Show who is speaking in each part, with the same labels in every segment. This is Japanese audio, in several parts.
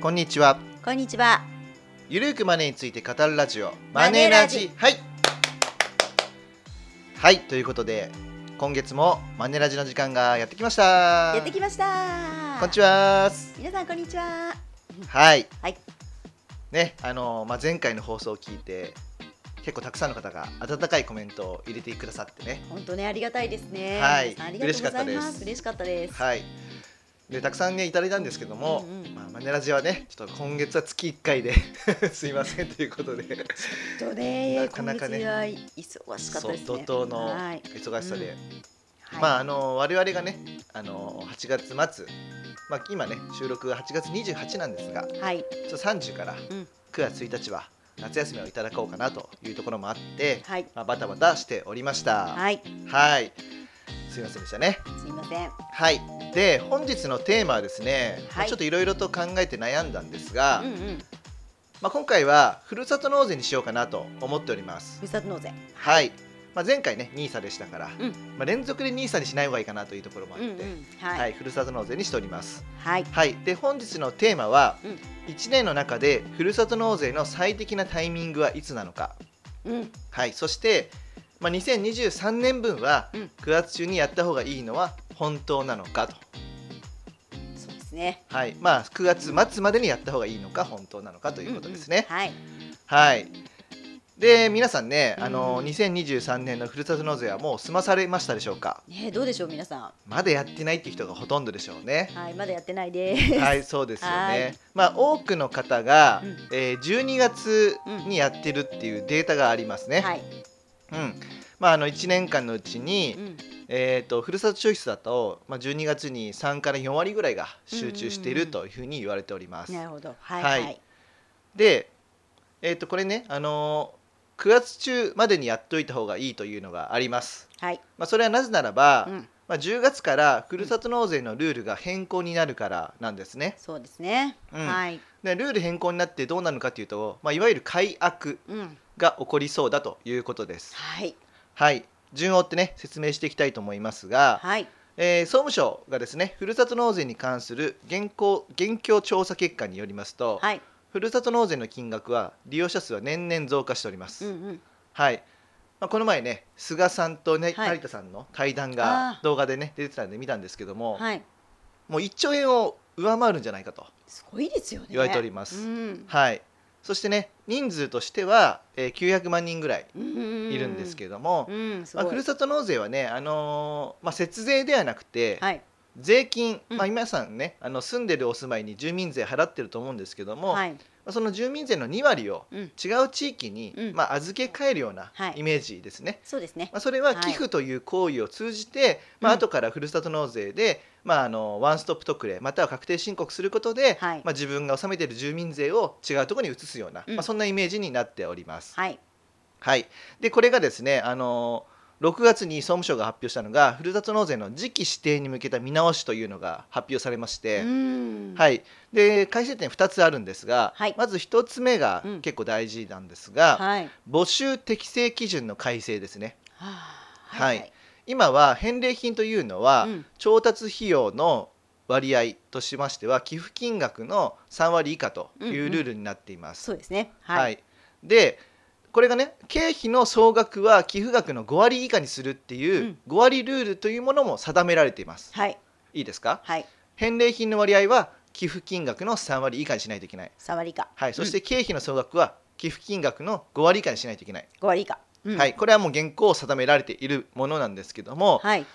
Speaker 1: こんにちは
Speaker 2: こんにちは。
Speaker 1: ゆるくマネーについて語るラジオ
Speaker 2: マネラジ
Speaker 1: はいはいということで今月もマネラジの時間がやってきました
Speaker 2: やってきました。
Speaker 1: こんにちは
Speaker 2: 皆さんこんにちは。
Speaker 1: はい
Speaker 2: はい
Speaker 1: ねあのまあ、前回の放送を聞いて結構たくさんの方が温かいコメントを入れてくださってね
Speaker 2: 本当ねありがたいですね。
Speaker 1: はい
Speaker 2: 皆さんありがとうござ
Speaker 1: 嬉しかっ
Speaker 2: いま
Speaker 1: たです
Speaker 2: す。嬉しかったです。
Speaker 1: はいでたくさんねいただいたんですけども、
Speaker 2: うんうん
Speaker 1: まあ、マネラジはねちょっと今月は月1回で すいませんということで
Speaker 2: ちょっとね
Speaker 1: なかなかね
Speaker 2: 今月は忙しかった
Speaker 1: そう
Speaker 2: です
Speaker 1: 怒
Speaker 2: ね。
Speaker 1: 涛の
Speaker 2: はい。
Speaker 1: 忙しさで、
Speaker 2: はい
Speaker 1: まああの我々がねあの8月末、まあ、今ね収録が8月28なんですがち
Speaker 2: はい
Speaker 1: ょっと30から
Speaker 2: うん
Speaker 1: 9月1日は夏休みをいただこうかなというところもあって、
Speaker 2: はい
Speaker 1: まあ、バタバタしておりましたはい
Speaker 2: はい。
Speaker 1: すいませんでしたね
Speaker 2: すいません。
Speaker 1: はいで本日のテーマはですね、まあ
Speaker 2: はい
Speaker 1: ちょっといろいろと考えて悩んだんですが、
Speaker 2: うんうん。
Speaker 1: まあ、今回はふるさと納税にしようかなと思っております
Speaker 2: ふるさと納税。
Speaker 1: はい、まあ、前回ね NISA でしたから、
Speaker 2: うん
Speaker 1: まあ、連続で NISA にしない方がいいかなというところもあっ
Speaker 2: うん
Speaker 1: て、
Speaker 2: うん。
Speaker 1: はい、
Speaker 2: はい。
Speaker 1: ふるさと納税にしております。
Speaker 2: はい。
Speaker 1: はい、で本日のテーマは、
Speaker 2: うん
Speaker 1: 一1年の中でふるさと納税の最適なタイミングはいつなのか、
Speaker 2: うん
Speaker 1: はい、そして、まあ、2023年分は
Speaker 2: うん
Speaker 1: 9月中にやった方がいいのは本当なのかと、
Speaker 2: そうですね。
Speaker 1: はいまあ、9月末までにやった方がいいのか本当なのかということですね。
Speaker 2: んんはい。
Speaker 1: はいで皆さんね、あの
Speaker 2: うん
Speaker 1: 2023年のふるさと納税はもう済まされましたでしょうか
Speaker 2: ねどうでしょう皆さ
Speaker 1: まだやってないっていう人がほとんどでしょうね
Speaker 2: ん。はいまだやってないです。
Speaker 1: はい、そうですよ
Speaker 2: は
Speaker 1: ね
Speaker 2: い。
Speaker 1: まあ多くの方が、
Speaker 2: うん
Speaker 1: えー12月にやってるっていうデータがありますね。
Speaker 2: はい。
Speaker 1: うん。まああの1年間のうちに、
Speaker 2: うん
Speaker 1: えっ、とふるさと消費数だと、まあ12月に3から4割ぐらいが集中してい
Speaker 2: うん
Speaker 1: る
Speaker 2: うん
Speaker 1: というふうに言われております。
Speaker 2: なるほど。はい
Speaker 1: は
Speaker 2: はいい。
Speaker 1: で、えっ、とこれね、あのー、9月中までにやっといた方がいいというのがあります。
Speaker 2: はい。
Speaker 1: まあそれはなぜならば、
Speaker 2: うん。
Speaker 1: まあ10月からふるさと納税のルールが変更になるからなんですね。
Speaker 2: そうですね。
Speaker 1: うん
Speaker 2: はい。
Speaker 1: でルール変更になってどうなるのかというと、まあ、いわゆる改悪
Speaker 2: うん。
Speaker 1: が起こりそうだということです。
Speaker 2: はい。
Speaker 1: はい順を追ってね説明していきたいと思いますが、
Speaker 2: はい。
Speaker 1: えー総務省がですねふるさと納税に関する現行現況調査結果によりますと、
Speaker 2: はい。
Speaker 1: ふるさと納税の金額は利用者数は年々増加しておりま
Speaker 2: う
Speaker 1: す。
Speaker 2: んうん。
Speaker 1: はいまあ、この前ね菅さんと、ね
Speaker 2: はい
Speaker 1: 成田さんの対談
Speaker 2: あ
Speaker 1: が
Speaker 2: ー
Speaker 1: 動画でね出てたんで見たんですけども、
Speaker 2: はい。
Speaker 1: もう1兆円を上回るんじゃないかと
Speaker 2: すごいですよね。
Speaker 1: 言われております
Speaker 2: うん。
Speaker 1: はい、そしてね人数としては、えー、900万人ぐらいい
Speaker 2: い
Speaker 1: るんですけれども、
Speaker 2: うん、す
Speaker 1: まあ、
Speaker 2: ご
Speaker 1: ふる
Speaker 2: い。
Speaker 1: さと納税はね、あのーまあ、節税ではなくて、
Speaker 2: はい。
Speaker 1: 税金、
Speaker 2: うん
Speaker 1: まあ、皆さんねあの住んでるお住まいに住民税払ってると思うんですけども、
Speaker 2: はい。
Speaker 1: まあその住民税の2割を
Speaker 2: うん。
Speaker 1: 違う地域に、
Speaker 2: うん
Speaker 1: まあ、預け替えるような
Speaker 2: はい
Speaker 1: イメージですね。
Speaker 2: そうですね
Speaker 1: ま。あ、それは
Speaker 2: はい
Speaker 1: 寄付という行為を通じて、まあ
Speaker 2: うん
Speaker 1: 後からふるさと納税で、まあ、あのワンストップ特例または確定申告することで、
Speaker 2: はい
Speaker 1: まあ、自分が納めている住民税を違うところに移すような、
Speaker 2: うん
Speaker 1: まあ、そんなイメージになっております。
Speaker 2: はい。
Speaker 1: はい、でこれがですねあの6月に総務省が発表したのがふるさと納税の時期指定に向けた見直しというのが発表されまして、
Speaker 2: うん。
Speaker 1: はい、で改正点2つあるんですが、
Speaker 2: はい
Speaker 1: まず1つ目が
Speaker 2: うん
Speaker 1: 結構大事なんですが、
Speaker 2: はい。
Speaker 1: 募集適正基準の改正ですね。
Speaker 2: は
Speaker 1: はい。今は返礼品というのは、
Speaker 2: うん
Speaker 1: 調達費用の割合としましては寄付金額の3割以下というルールになっています。
Speaker 2: そうですね。
Speaker 1: は、
Speaker 2: はいい。
Speaker 1: でこれがね経費の総額は寄付額の5割以下にするって
Speaker 2: う
Speaker 1: いうん5割ルールというものも定められています。
Speaker 2: はい。
Speaker 1: いいですか
Speaker 2: はい。
Speaker 1: 返礼品の割合は寄付金額の3割以下にしないといけない。
Speaker 2: 三割以下。
Speaker 1: はい、そして経費の総額は寄付金額の5割以下にしないといけない。
Speaker 2: 五割以下。うん
Speaker 1: は。い、これはもう現行定められているものなんですけども、
Speaker 2: はい。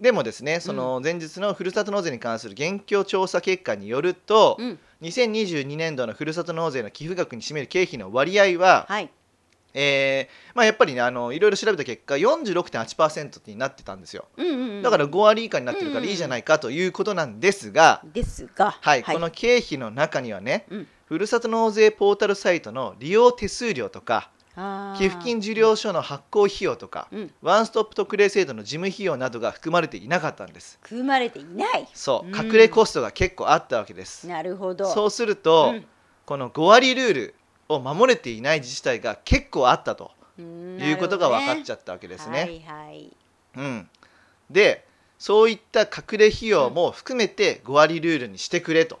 Speaker 1: でもですねその前日のふるさと納税に関する現況調査結果によると、
Speaker 2: うん。
Speaker 1: 2022年度のふるさと納税の寄付額に占める経費の割合は、
Speaker 2: はい。
Speaker 1: えーまあ、やっぱりねあのいろいろ調べた結果46.8%になってたんですよ
Speaker 2: うんうんうん。
Speaker 1: だから5割以下になってるからいいじゃないかということなんですが、
Speaker 2: ですが。
Speaker 1: はいこの経費の中にはね
Speaker 2: うん。
Speaker 1: ふるさと納税ポータルサイトの利用手数料とか
Speaker 2: あー
Speaker 1: 寄付金。受領書の発行費用とか
Speaker 2: うん。
Speaker 1: ワンストップ特例制度の事務費用などが含まれていなかったんです。
Speaker 2: 組まれていない。
Speaker 1: そう
Speaker 2: うん
Speaker 1: 隠れコストが結構あったわけです、
Speaker 2: なるほど。
Speaker 1: そうすると、
Speaker 2: うん
Speaker 1: この5割ルールを守れていない自治体が結構あったと
Speaker 2: うん。
Speaker 1: いうことが分かっち
Speaker 2: ゃ
Speaker 1: ゃったわけ
Speaker 2: う
Speaker 1: ですね。
Speaker 2: はいはい。
Speaker 1: うん、でそういった隠れ費用も含めて5割ルールにしてくれと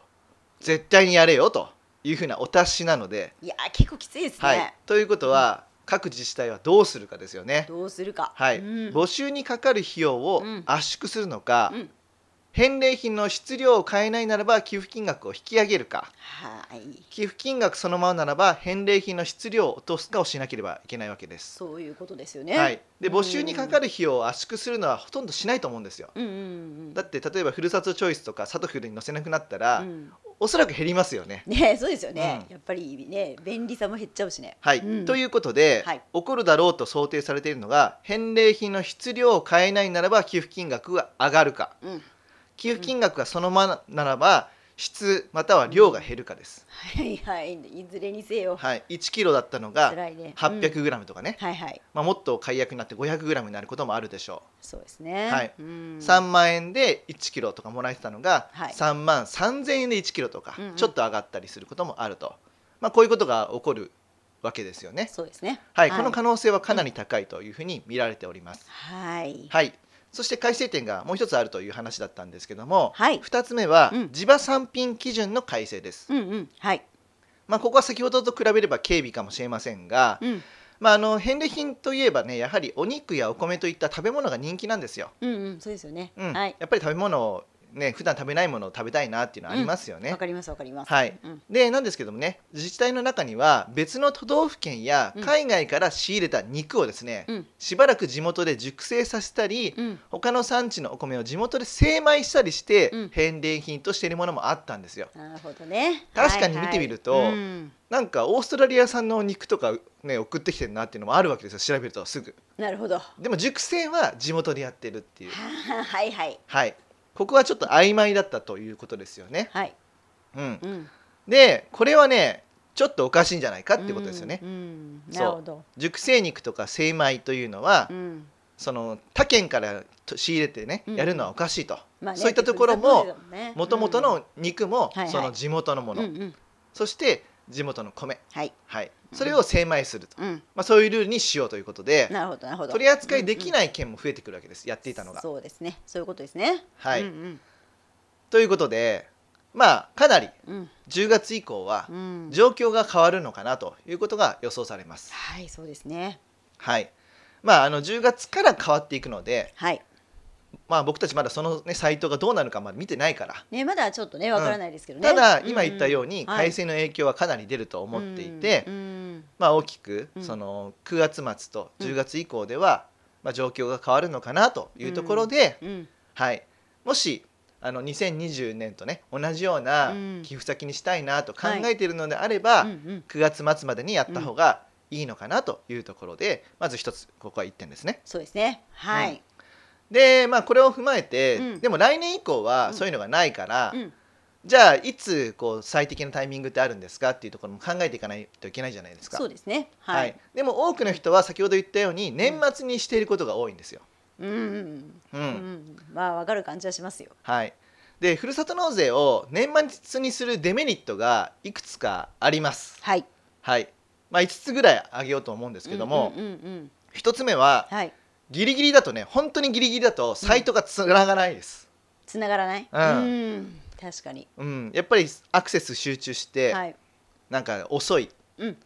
Speaker 1: 絶対にやれよというふうなお達しなので、
Speaker 2: いやー結構きついですね、
Speaker 1: はい、ということは各自治体はどうするかですよね。
Speaker 2: どうするか
Speaker 1: はい
Speaker 2: うん
Speaker 1: 募集にかかる費用を
Speaker 2: うん
Speaker 1: 圧縮するのか、
Speaker 2: うん
Speaker 1: 返礼品の質量を変えないならば寄付金額を引き上げるか
Speaker 2: はい
Speaker 1: 寄付金額そのままならば返礼品の質量を落とすかをしなければいけないわけです。
Speaker 2: そういうことですよね
Speaker 1: はい、で募集にかか
Speaker 2: る
Speaker 1: る費用を圧縮するのはほとんどしないと思うんですよ。
Speaker 2: うんうんうん
Speaker 1: だって例えばふるさとチョイスとかサトフルに載せなくなったら、
Speaker 2: うん
Speaker 1: おそらく減りますよね。
Speaker 2: ねそうですよね、
Speaker 1: うん
Speaker 2: やっぱりね便利さも減っちゃうしね
Speaker 1: はい、
Speaker 2: うん
Speaker 1: ということで、
Speaker 2: はい
Speaker 1: 起こるだろうと想定されているのが返礼品の質量を変えないならば寄付金額が上がるか
Speaker 2: うん
Speaker 1: 寄付金額がそのままならば質または量が減るかです、
Speaker 2: はいはいいずれにせよ
Speaker 1: はい、1キロだったのが
Speaker 2: 辛いねうん
Speaker 1: 800g とかね、
Speaker 2: はいはい
Speaker 1: まあ、もっと解約になって 500g になることもあるでしょ
Speaker 2: そうですね
Speaker 1: はい
Speaker 2: うん
Speaker 1: う、3万円で1キロとかもらえてたのが、
Speaker 2: はい
Speaker 1: 3万3000円で1キロとか
Speaker 2: うんうん
Speaker 1: ちょっと上がったりすることもあると、まあ、こういうことが起こるわけですよね、
Speaker 2: そうですね
Speaker 1: はい、この可能性はかなり高いというふうに見られております、
Speaker 2: はい
Speaker 1: はい、そして改正点がもう一つあるという話だったんですけども、
Speaker 2: はい
Speaker 1: 2つ目は
Speaker 2: うん
Speaker 1: 地場産品基準の改正です、
Speaker 2: うんうんはい
Speaker 1: まあ、ここは先ほどと比べれば軽微かもしれませんが、
Speaker 2: うん
Speaker 1: まあ、あの返礼品といえばねやはりお肉やお米といった食べ物が人気なんですよ、
Speaker 2: うんうんそうですよね、
Speaker 1: うん
Speaker 2: はい
Speaker 1: やっぱり食べ物をね普段食べないものを食べたいなっていうのはありますよね、
Speaker 2: わかりますわかります
Speaker 1: はい
Speaker 2: うん
Speaker 1: でなんですけどもね自治体の中には別の都道府県や
Speaker 2: うん
Speaker 1: 海外から仕入れた肉をですね、
Speaker 2: うん
Speaker 1: しばらく地元で熟成させたり、
Speaker 2: うん
Speaker 1: 他の産地のお米を地元で精米したりして、
Speaker 2: うん
Speaker 1: 返礼品としているものもあったんですよ
Speaker 2: なるほどね
Speaker 1: 確かに見てみると
Speaker 2: はいはいうん
Speaker 1: なんかオーストラリア産の肉とかね送ってきてるなっていうのもあるわけですよ調べるとすぐ
Speaker 2: なるほどは
Speaker 1: でも熟成は地元でやってるっていう
Speaker 2: あはいはい
Speaker 1: はいここはちょっと曖昧だったということですよね
Speaker 2: はい
Speaker 1: うん
Speaker 2: うん
Speaker 1: でこれはねちょっとおかしいんじゃないかってことですよね
Speaker 2: うんうん
Speaker 1: そう
Speaker 2: なるほど
Speaker 1: 熟成肉とか精米というのは、
Speaker 2: うん
Speaker 1: その他県からと仕入れてね
Speaker 2: うん
Speaker 1: やるのはおかしいと、
Speaker 2: まあね
Speaker 1: そういったところ
Speaker 2: ふ
Speaker 1: も
Speaker 2: るさと納税だんね
Speaker 1: もともとの肉も、
Speaker 2: はいはい
Speaker 1: その地元のも
Speaker 2: うん
Speaker 1: の、
Speaker 2: うんうん
Speaker 1: そして地元の米、
Speaker 2: はい
Speaker 1: はい、それを精米すると、
Speaker 2: うん
Speaker 1: まあ、そういうルールにしようということで
Speaker 2: なるほどなるほど
Speaker 1: 取り扱いでき
Speaker 2: いっ
Speaker 1: ない県も増えてくるわけですやっていたのが。
Speaker 2: そうですねそういうことですね
Speaker 1: はい
Speaker 2: うん
Speaker 1: ということでまあかなり
Speaker 2: うん
Speaker 1: 10月以降は
Speaker 2: うんうん
Speaker 1: 状況が変わるのかなということが予想されます。
Speaker 2: はいそうですね
Speaker 1: はいまあ、あの10月から変わっていくので、
Speaker 2: はい
Speaker 1: まあ、僕たちまだその、ね、サイトがどうなるかまだ見てないから、
Speaker 2: ねまだちょっとねわからないですけどね
Speaker 1: ただ今言ったように
Speaker 2: はい
Speaker 1: 改正の影響はかなり出ると思っていて、
Speaker 2: うんうん
Speaker 1: まあ、大きく
Speaker 2: うん
Speaker 1: その9月末と10月以降では、まあ、状況が変わるのかなというところで、
Speaker 2: うん
Speaker 1: はい、もしあの2020年とね同じような
Speaker 2: うん
Speaker 1: 寄付先にしたいなと考えているのであれば、
Speaker 2: うんうん
Speaker 1: 9月末までにやった方がいいのかなというところで、まず一つここは1点ですね。
Speaker 2: そうですねはい
Speaker 1: でまあこれを踏まえて、
Speaker 2: うん
Speaker 1: でも来年以降
Speaker 2: う
Speaker 1: は
Speaker 2: ん
Speaker 1: そういうのがないから、
Speaker 2: うん
Speaker 1: じゃあいつこう最適なタイミングってあるんですかっていうところも考えていかないといけないじゃないですか。
Speaker 2: そうですね
Speaker 1: は
Speaker 2: はい
Speaker 1: い、でも多くの人は先ほど言ったように年末にしていることが多いんですよ。
Speaker 2: うんう
Speaker 1: う
Speaker 2: ん
Speaker 1: ん
Speaker 2: うんうんまあわかる感じはしますよ
Speaker 1: はい、でふるさと納税を年末にするデメリットがいくつかあります。
Speaker 2: はい
Speaker 1: はいまあ、5つぐらい挙げようと思うんですけども、
Speaker 2: うんうんうん
Speaker 1: 1つ目は
Speaker 2: はい
Speaker 1: ギリギリだとね本当にギリギリだとサイトがつながないです、
Speaker 2: 繋がらない
Speaker 1: うん
Speaker 2: うん確かに
Speaker 1: うんやっぱりアクセス集中して、
Speaker 2: はい
Speaker 1: なんか遅い
Speaker 2: うん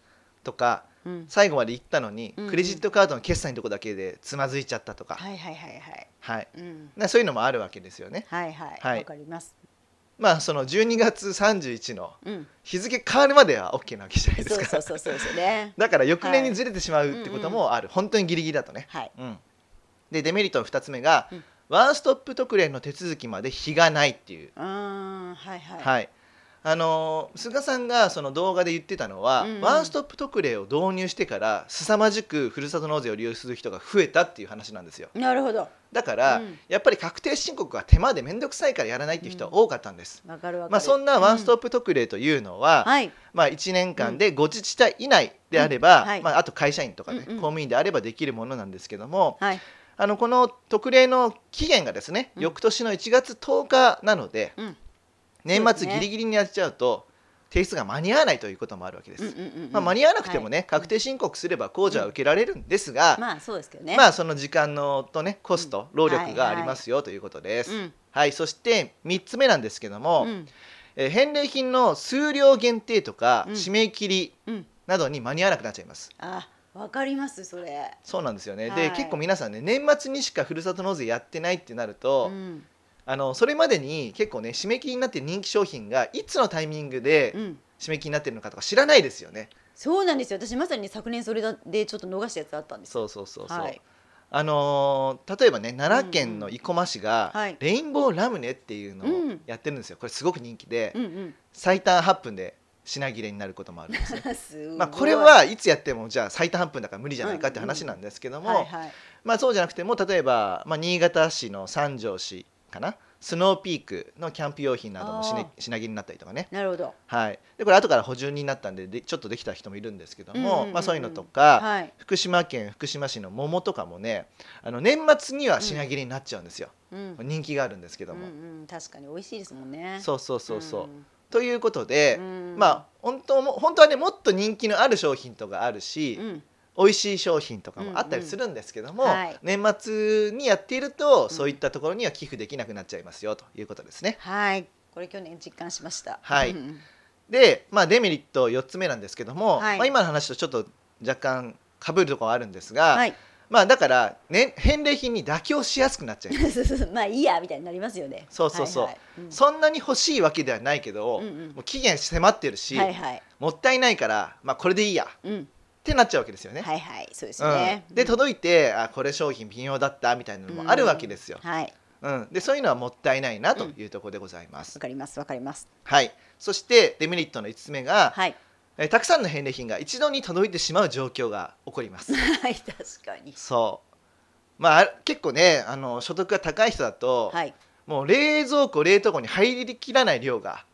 Speaker 1: とか
Speaker 2: うん
Speaker 1: 最後まで行ったのに、
Speaker 2: うんうん
Speaker 1: クレジットカードの決済のとこだけでつまずいちゃったとか、
Speaker 2: はいはいはいはい
Speaker 1: はい
Speaker 2: うん
Speaker 1: なそういうのもあるわけですよね。
Speaker 2: はいはい
Speaker 1: はい
Speaker 2: わかります
Speaker 1: まあその12月31の
Speaker 2: うん
Speaker 1: 日付変わるまでは OK なわけじゃないで
Speaker 2: そ
Speaker 1: す
Speaker 2: う
Speaker 1: か
Speaker 2: そうそうそうですよね
Speaker 1: だから翌年にずれてしまうってこともある、本当にギリギリだとね。
Speaker 2: はい
Speaker 1: うん、でデメリットの2つ目が、
Speaker 2: うん
Speaker 1: ワンストップ特例の手続きまで日がないっていう
Speaker 2: あーはいはい
Speaker 1: はい、あのー菅さんがその動画で言ってたのは、
Speaker 2: うんうん
Speaker 1: ワンストップ特例を導入してから凄まじくふるさと納税を利用する人が増えたっていう話なんですよ
Speaker 2: なるほど
Speaker 1: だから、
Speaker 2: うん
Speaker 1: やっぱり確定申告は手間で面倒くさいからやらないっていう人は多かったんです、
Speaker 2: わかるわかる
Speaker 1: まあ、そんなワンストッ
Speaker 2: プ
Speaker 1: プ特例というのは、
Speaker 2: はい
Speaker 1: まあ、1年間で5自治体以内であれば、
Speaker 2: うんはい
Speaker 1: まあ、あと会社員とかね、
Speaker 2: うんうん
Speaker 1: 公務員であればできるものなんですけども
Speaker 2: はい
Speaker 1: あのこの特例の期限がですね
Speaker 2: うん
Speaker 1: 翌年の1月10日なので、
Speaker 2: うん
Speaker 1: 年
Speaker 2: そうです
Speaker 1: 末
Speaker 2: ね
Speaker 1: ギリギリにやっちゃうと提出が間に合わないということもあるわけです。
Speaker 2: うんうんうんうん
Speaker 1: まあ、間に合わなくてもね、
Speaker 2: はい
Speaker 1: 確定申告すれば控除は受けられるんですが、ま
Speaker 2: まあそうですけど
Speaker 1: あ
Speaker 2: ね
Speaker 1: その時間のとねコスト、
Speaker 2: うん
Speaker 1: 労力がありますよということです。
Speaker 2: う
Speaker 1: はい
Speaker 2: ん
Speaker 1: そして3つ目なんですけども、
Speaker 2: うん
Speaker 1: えー返礼品の数量限定とか
Speaker 2: うん
Speaker 1: 締め切り
Speaker 2: うん。
Speaker 1: などに間に合わなくなっちゃいます。
Speaker 2: あ、わかりますそれ。
Speaker 1: そうなんですよね、
Speaker 2: はい
Speaker 1: で結構皆さんね年末にしかふるさと納税やってないってなると、
Speaker 2: うん。
Speaker 1: あのそれまでに結構ね締め切りになってる人気商品がいつのタイミングで
Speaker 2: うん。
Speaker 1: 締め切りになってるのかとか知らないですよね。
Speaker 2: そうなんですよ。私まさに昨年それだでちょっと逃したやつあったんですよ。
Speaker 1: そうそうそうそう、
Speaker 2: はい。
Speaker 1: あのー例えばね奈良県の生駒市が
Speaker 2: うんうんはい
Speaker 1: レインボーラムネっていうのを
Speaker 2: うん
Speaker 1: やってるんですよこれすごく人気で、
Speaker 2: うんうん。
Speaker 1: 最短8分で品切れになることもあるんですね
Speaker 2: すごい。
Speaker 1: まあこれはいつやってもじゃあ最短8分だから無理じゃないかって
Speaker 2: うんうん
Speaker 1: 話なんですけども、
Speaker 2: はいはい。
Speaker 1: まあそうじゃなくても例えば、まあ、新潟市の三条市かなスノーピークのキャンプ用品なども品
Speaker 2: あ
Speaker 1: 品切れになったりとかね
Speaker 2: なるほど。
Speaker 1: はい、でこれ後から補充になったんででちょっとできた人もいるんですけど
Speaker 2: うんうん
Speaker 1: も、
Speaker 2: うんうん
Speaker 1: まあ、そういうのとか、
Speaker 2: はい。
Speaker 1: 福島県福島市の桃とかもねあの年末には品切れになっちゃうんですよ、
Speaker 2: うん。
Speaker 1: 人気があるんですけど
Speaker 2: うん
Speaker 1: も、
Speaker 2: うん、確かに美味しいですもんね。
Speaker 1: そうそうそうそう、
Speaker 2: ん
Speaker 1: ということで、
Speaker 2: うん
Speaker 1: まあ本当も本当はねもっと人気のある商品とかあるし、
Speaker 2: うん、
Speaker 1: 美味しい商品とかもあったりするんですけども、
Speaker 2: うんうんはい
Speaker 1: 年末にやっていると、そういったところには寄付できなくなっちゃいますよということですね。
Speaker 2: はい、これ去年実感しました。
Speaker 1: はい
Speaker 2: うん
Speaker 1: で、まあ、デメリット4つ目なんですけども、
Speaker 2: はい
Speaker 1: まあ、今の話とちょっと若干かぶるところはあるんですが、
Speaker 2: はい、
Speaker 1: まあだから、ね、返礼品に妥協しやすくなっちゃいます。
Speaker 2: まあいいやみたいになりますよね。
Speaker 1: そうそうそう
Speaker 2: はいはいん
Speaker 1: そんなに欲しいわけではないけど、
Speaker 2: うんうん
Speaker 1: もう期限迫ってるし、
Speaker 2: はいはい、
Speaker 1: もったいないから、まあ、これでいいやっ
Speaker 2: うん、
Speaker 1: てなっちゃうわけですよね。
Speaker 2: はいはい、そうです
Speaker 1: う
Speaker 2: よね。
Speaker 1: ん、で
Speaker 2: と
Speaker 1: 届いてあこれ商品微妙だったみたいなのもあるわけですよ。
Speaker 2: はい、
Speaker 1: うんでそういうのはもったいないなというところでございます。
Speaker 2: わかりますわかります。
Speaker 1: はい、そしてデメリットの5つ目が、
Speaker 2: はい、
Speaker 1: えーたくさんの返礼品が一度に届いてしまう状況が起こります。
Speaker 2: はい確かに。
Speaker 1: そうまあ、あ結構ねあの所得が高い人だと、
Speaker 2: はい、
Speaker 1: もう冷蔵庫冷凍庫に入りきらない量が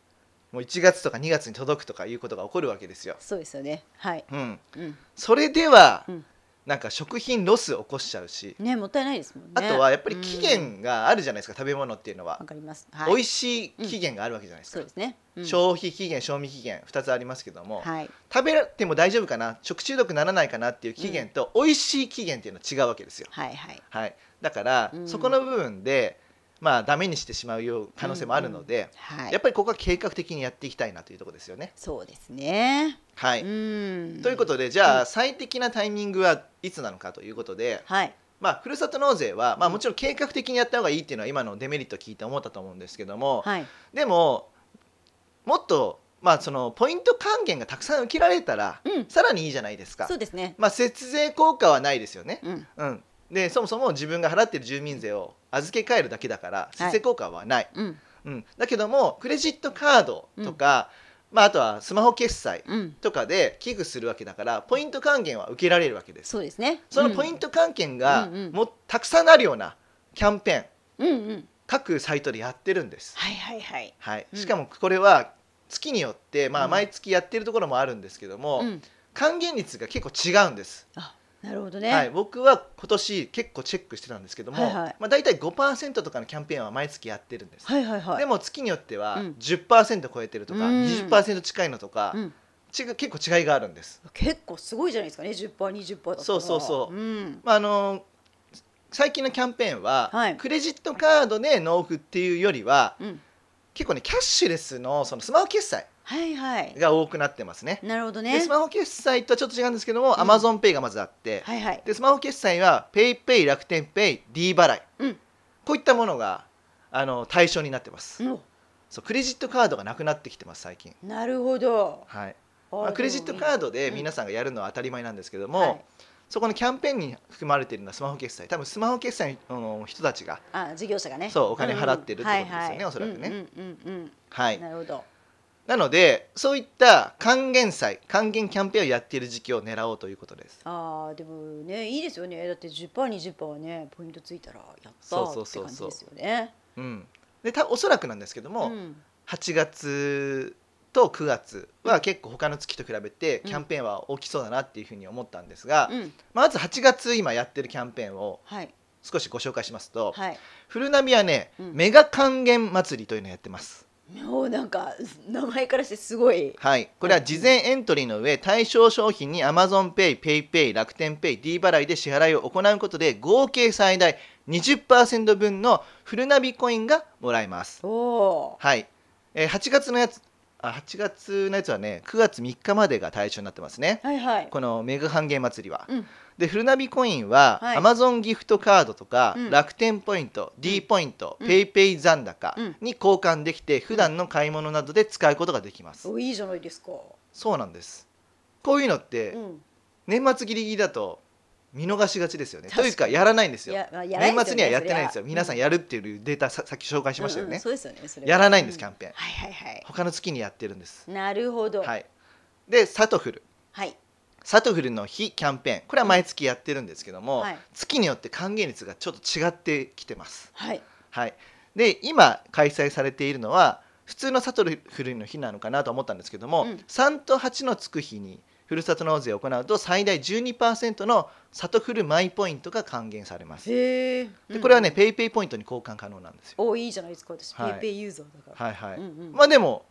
Speaker 1: もう1月とか2月に届くとかいうことが起こるわけですよ。
Speaker 2: そうですよね。はい、
Speaker 1: うん、
Speaker 2: うん、
Speaker 1: それでは、
Speaker 2: うん
Speaker 1: なんか食品ロス起こしちゃうし、
Speaker 2: ねもったいないですもんね。
Speaker 1: あとはやっぱり期
Speaker 2: うん
Speaker 1: 限があるじゃないですか、食べ物っていうのは
Speaker 2: わ、かります。はい、
Speaker 1: 美
Speaker 2: い
Speaker 1: 味しい期限があるわけじゃないです
Speaker 2: そ
Speaker 1: か、
Speaker 2: うですね。うん
Speaker 1: 消費期限賞味期限2つありますけども、
Speaker 2: はい、
Speaker 1: 食べても大丈夫かな食中毒にならないかなっていう期限と、美味しい期限っていうのは違うわけですよ、
Speaker 2: はいはい、
Speaker 1: はい、だから、
Speaker 2: うん
Speaker 1: そこの部分でまあダメにしてしまうよう可能性もあるので、
Speaker 2: はい、
Speaker 1: やっぱりここは計画的にやっていきたいなというところですよね。
Speaker 2: そうですね。
Speaker 1: はい、
Speaker 2: うん。。
Speaker 1: ということとでじゃあ、
Speaker 2: う
Speaker 1: 最適なタイミングはいつなのかということで、
Speaker 2: はい、
Speaker 1: まあ、ふるさと納税は、まあ、
Speaker 2: うん
Speaker 1: もちろん計画的にやった方がいいっていうのは今のデメリット聞いて思ったと思うんですけども、
Speaker 2: はい、
Speaker 1: でももっと、まあ、そのポイント還元がたくさん受けられたら、
Speaker 2: うん、
Speaker 1: さらにいいじゃないですか
Speaker 2: そ。うですね。
Speaker 1: まあ、節税効果はないですよね、
Speaker 2: うん、
Speaker 1: うん、でそもそも自分が払ってる住民税を預け替えるだけだから
Speaker 2: い
Speaker 1: 節税効果はない、
Speaker 2: うん、
Speaker 1: うん、だけどもクレジットカードとか、まあ、あとはスマホ決済
Speaker 2: うん、
Speaker 1: とかで寄付するわけだからポイント還元は受けられるわけです
Speaker 2: そうですね。
Speaker 1: そのポイント還元が
Speaker 2: うんうん
Speaker 1: もうたくさんあるようなキャンペーン
Speaker 2: うん、うん、うん、
Speaker 1: 各サイトでやってるんです、
Speaker 2: はいはいはい。
Speaker 1: はい、
Speaker 2: うん
Speaker 1: しかもこれは月によって、まあ、
Speaker 2: うん
Speaker 1: 毎月やってるところもあるんですけども、
Speaker 2: うん、
Speaker 1: 還元率が結構違うんです
Speaker 2: あ、なるほどね。
Speaker 1: はい、僕は今年結構チェックしてたんですけども、
Speaker 2: はいはい
Speaker 1: まあ、大体5%とかのキャンペーンは毎月やってるんです、
Speaker 2: はいはいはい。
Speaker 1: でも月によっては
Speaker 2: うん
Speaker 1: 10%超えてるとか、
Speaker 2: うん
Speaker 1: 20%近いのとか、
Speaker 2: うん、
Speaker 1: ちが結構違いがあるんです、
Speaker 2: 結構すごいじゃないですかね、十パー二十パーだったら
Speaker 1: そうそうそう
Speaker 2: うん、
Speaker 1: まあ、あの最近のキャンペーンは、
Speaker 2: はい
Speaker 1: クレジットカードで納付っていうよりは
Speaker 2: うん、
Speaker 1: 結構ねキャッシュレスのそのスマホ決済
Speaker 2: はいはい。
Speaker 1: が多くなってますね
Speaker 2: なるほど
Speaker 1: で
Speaker 2: ね
Speaker 1: ス。マホ決済とはちょっと違うんですけども、
Speaker 2: ん
Speaker 1: AmazonPay がまずあって、
Speaker 2: はいはい。
Speaker 1: でスマホ決済は PayPay 楽天 PayD 払い、
Speaker 2: うん
Speaker 1: こういったものがあの対象になってます、
Speaker 2: うん
Speaker 1: そうクレジットカードがなくなってきてます最近、
Speaker 2: なるほど。
Speaker 1: はい
Speaker 2: あ
Speaker 1: まあ、クレジットカー
Speaker 2: ド
Speaker 1: ドで皆さんがやるのは当たり前なんですけども、
Speaker 2: はい
Speaker 1: そこのキャンペーンに含まれているのはスマホ決済多分スマホ決済の人たちが
Speaker 2: あ、事業者がね。
Speaker 1: そうお金払ってるってことですよね
Speaker 2: はいはい
Speaker 1: おそらくね
Speaker 2: うんうんうんうん、
Speaker 1: は
Speaker 2: はいい。なるほど。
Speaker 1: なのでそういった還元祭還元キャンペーンをやっている時期を狙おうということです
Speaker 2: あーでもねいいですよねだって10パー20パーはねポイントついたらやった
Speaker 1: そう
Speaker 2: ー
Speaker 1: そう
Speaker 2: って
Speaker 1: そう
Speaker 2: 感じ
Speaker 1: そう
Speaker 2: ですよね。
Speaker 1: うんでたおそらくなんですけども、
Speaker 2: ん、
Speaker 1: 8月と9月は結構他の月と比べてキャンペーンは大きそうだなっていうふうに思ったんですが、
Speaker 2: うん、
Speaker 1: まず8月今やってるキャンペーンを
Speaker 2: はい
Speaker 1: 少しご紹介しますと、
Speaker 2: はい。
Speaker 1: 古波はね、
Speaker 2: うん
Speaker 1: メガ還元祭りというのをやってます
Speaker 2: もうなんか名前からしてすごい。
Speaker 1: はいこれは事前エントリーの上対象商品に AmazonPayPayPay 楽天 PayD 払いで支払いを行うことで合計最大20%分の古ナビコインがもらえます
Speaker 2: おお。
Speaker 1: はいえー8月のやつあ8月のやつはね9月3日までが対象になってますね
Speaker 2: はいはい。
Speaker 1: このメグ半減祭りは、
Speaker 2: うん
Speaker 1: でフルナビコインは、
Speaker 2: はい
Speaker 1: Amazon ギフトカードとか、
Speaker 2: うん
Speaker 1: 楽天ポイント D ポイント、
Speaker 2: うん
Speaker 1: PayPay 残高
Speaker 2: うん
Speaker 1: に交換できて、普段の買い物などで使うことができます、
Speaker 2: おいいじゃないですか。
Speaker 1: そうなんですこういうのって、
Speaker 2: うん。
Speaker 1: 年末ギリギリだと見逃しがちですよね
Speaker 2: 確
Speaker 1: と
Speaker 2: か
Speaker 1: い
Speaker 2: に
Speaker 1: うかやらないんですよ
Speaker 2: や、まあやら
Speaker 1: 年
Speaker 2: ない
Speaker 1: 末にはやってないんですよ皆さん
Speaker 2: や
Speaker 1: やるっていうデータささっき紹介しましたよね、
Speaker 2: そうですよね。それは
Speaker 1: やらないんです
Speaker 2: う
Speaker 1: キャンペーン、
Speaker 2: はいはいはい。
Speaker 1: 他の月にやってるんです、
Speaker 2: なるほど。。
Speaker 1: はいいでサトフル
Speaker 2: はい。
Speaker 1: サトフルの日キャンペーンこれは毎月やってるんですけども、
Speaker 2: はい
Speaker 1: 月によって還元率がちょっと違ってきてます。
Speaker 2: はい。
Speaker 1: はい、で今開催されているのは普通のサトフルの日なのかなと思ったんですけども、
Speaker 2: うん
Speaker 1: 3と8のつく日にふるさと納税を行うと最大12%のサトフルマイポイントが還元されます。
Speaker 2: へえ。
Speaker 1: でこれはね、
Speaker 2: うん。
Speaker 1: ペイペイポイントに交換可能なんですよ。
Speaker 2: おいいじゃないですか。私ペ
Speaker 1: はい
Speaker 2: イペイユーザーだから。
Speaker 1: はいはい
Speaker 2: うんうん。
Speaker 1: まあでも、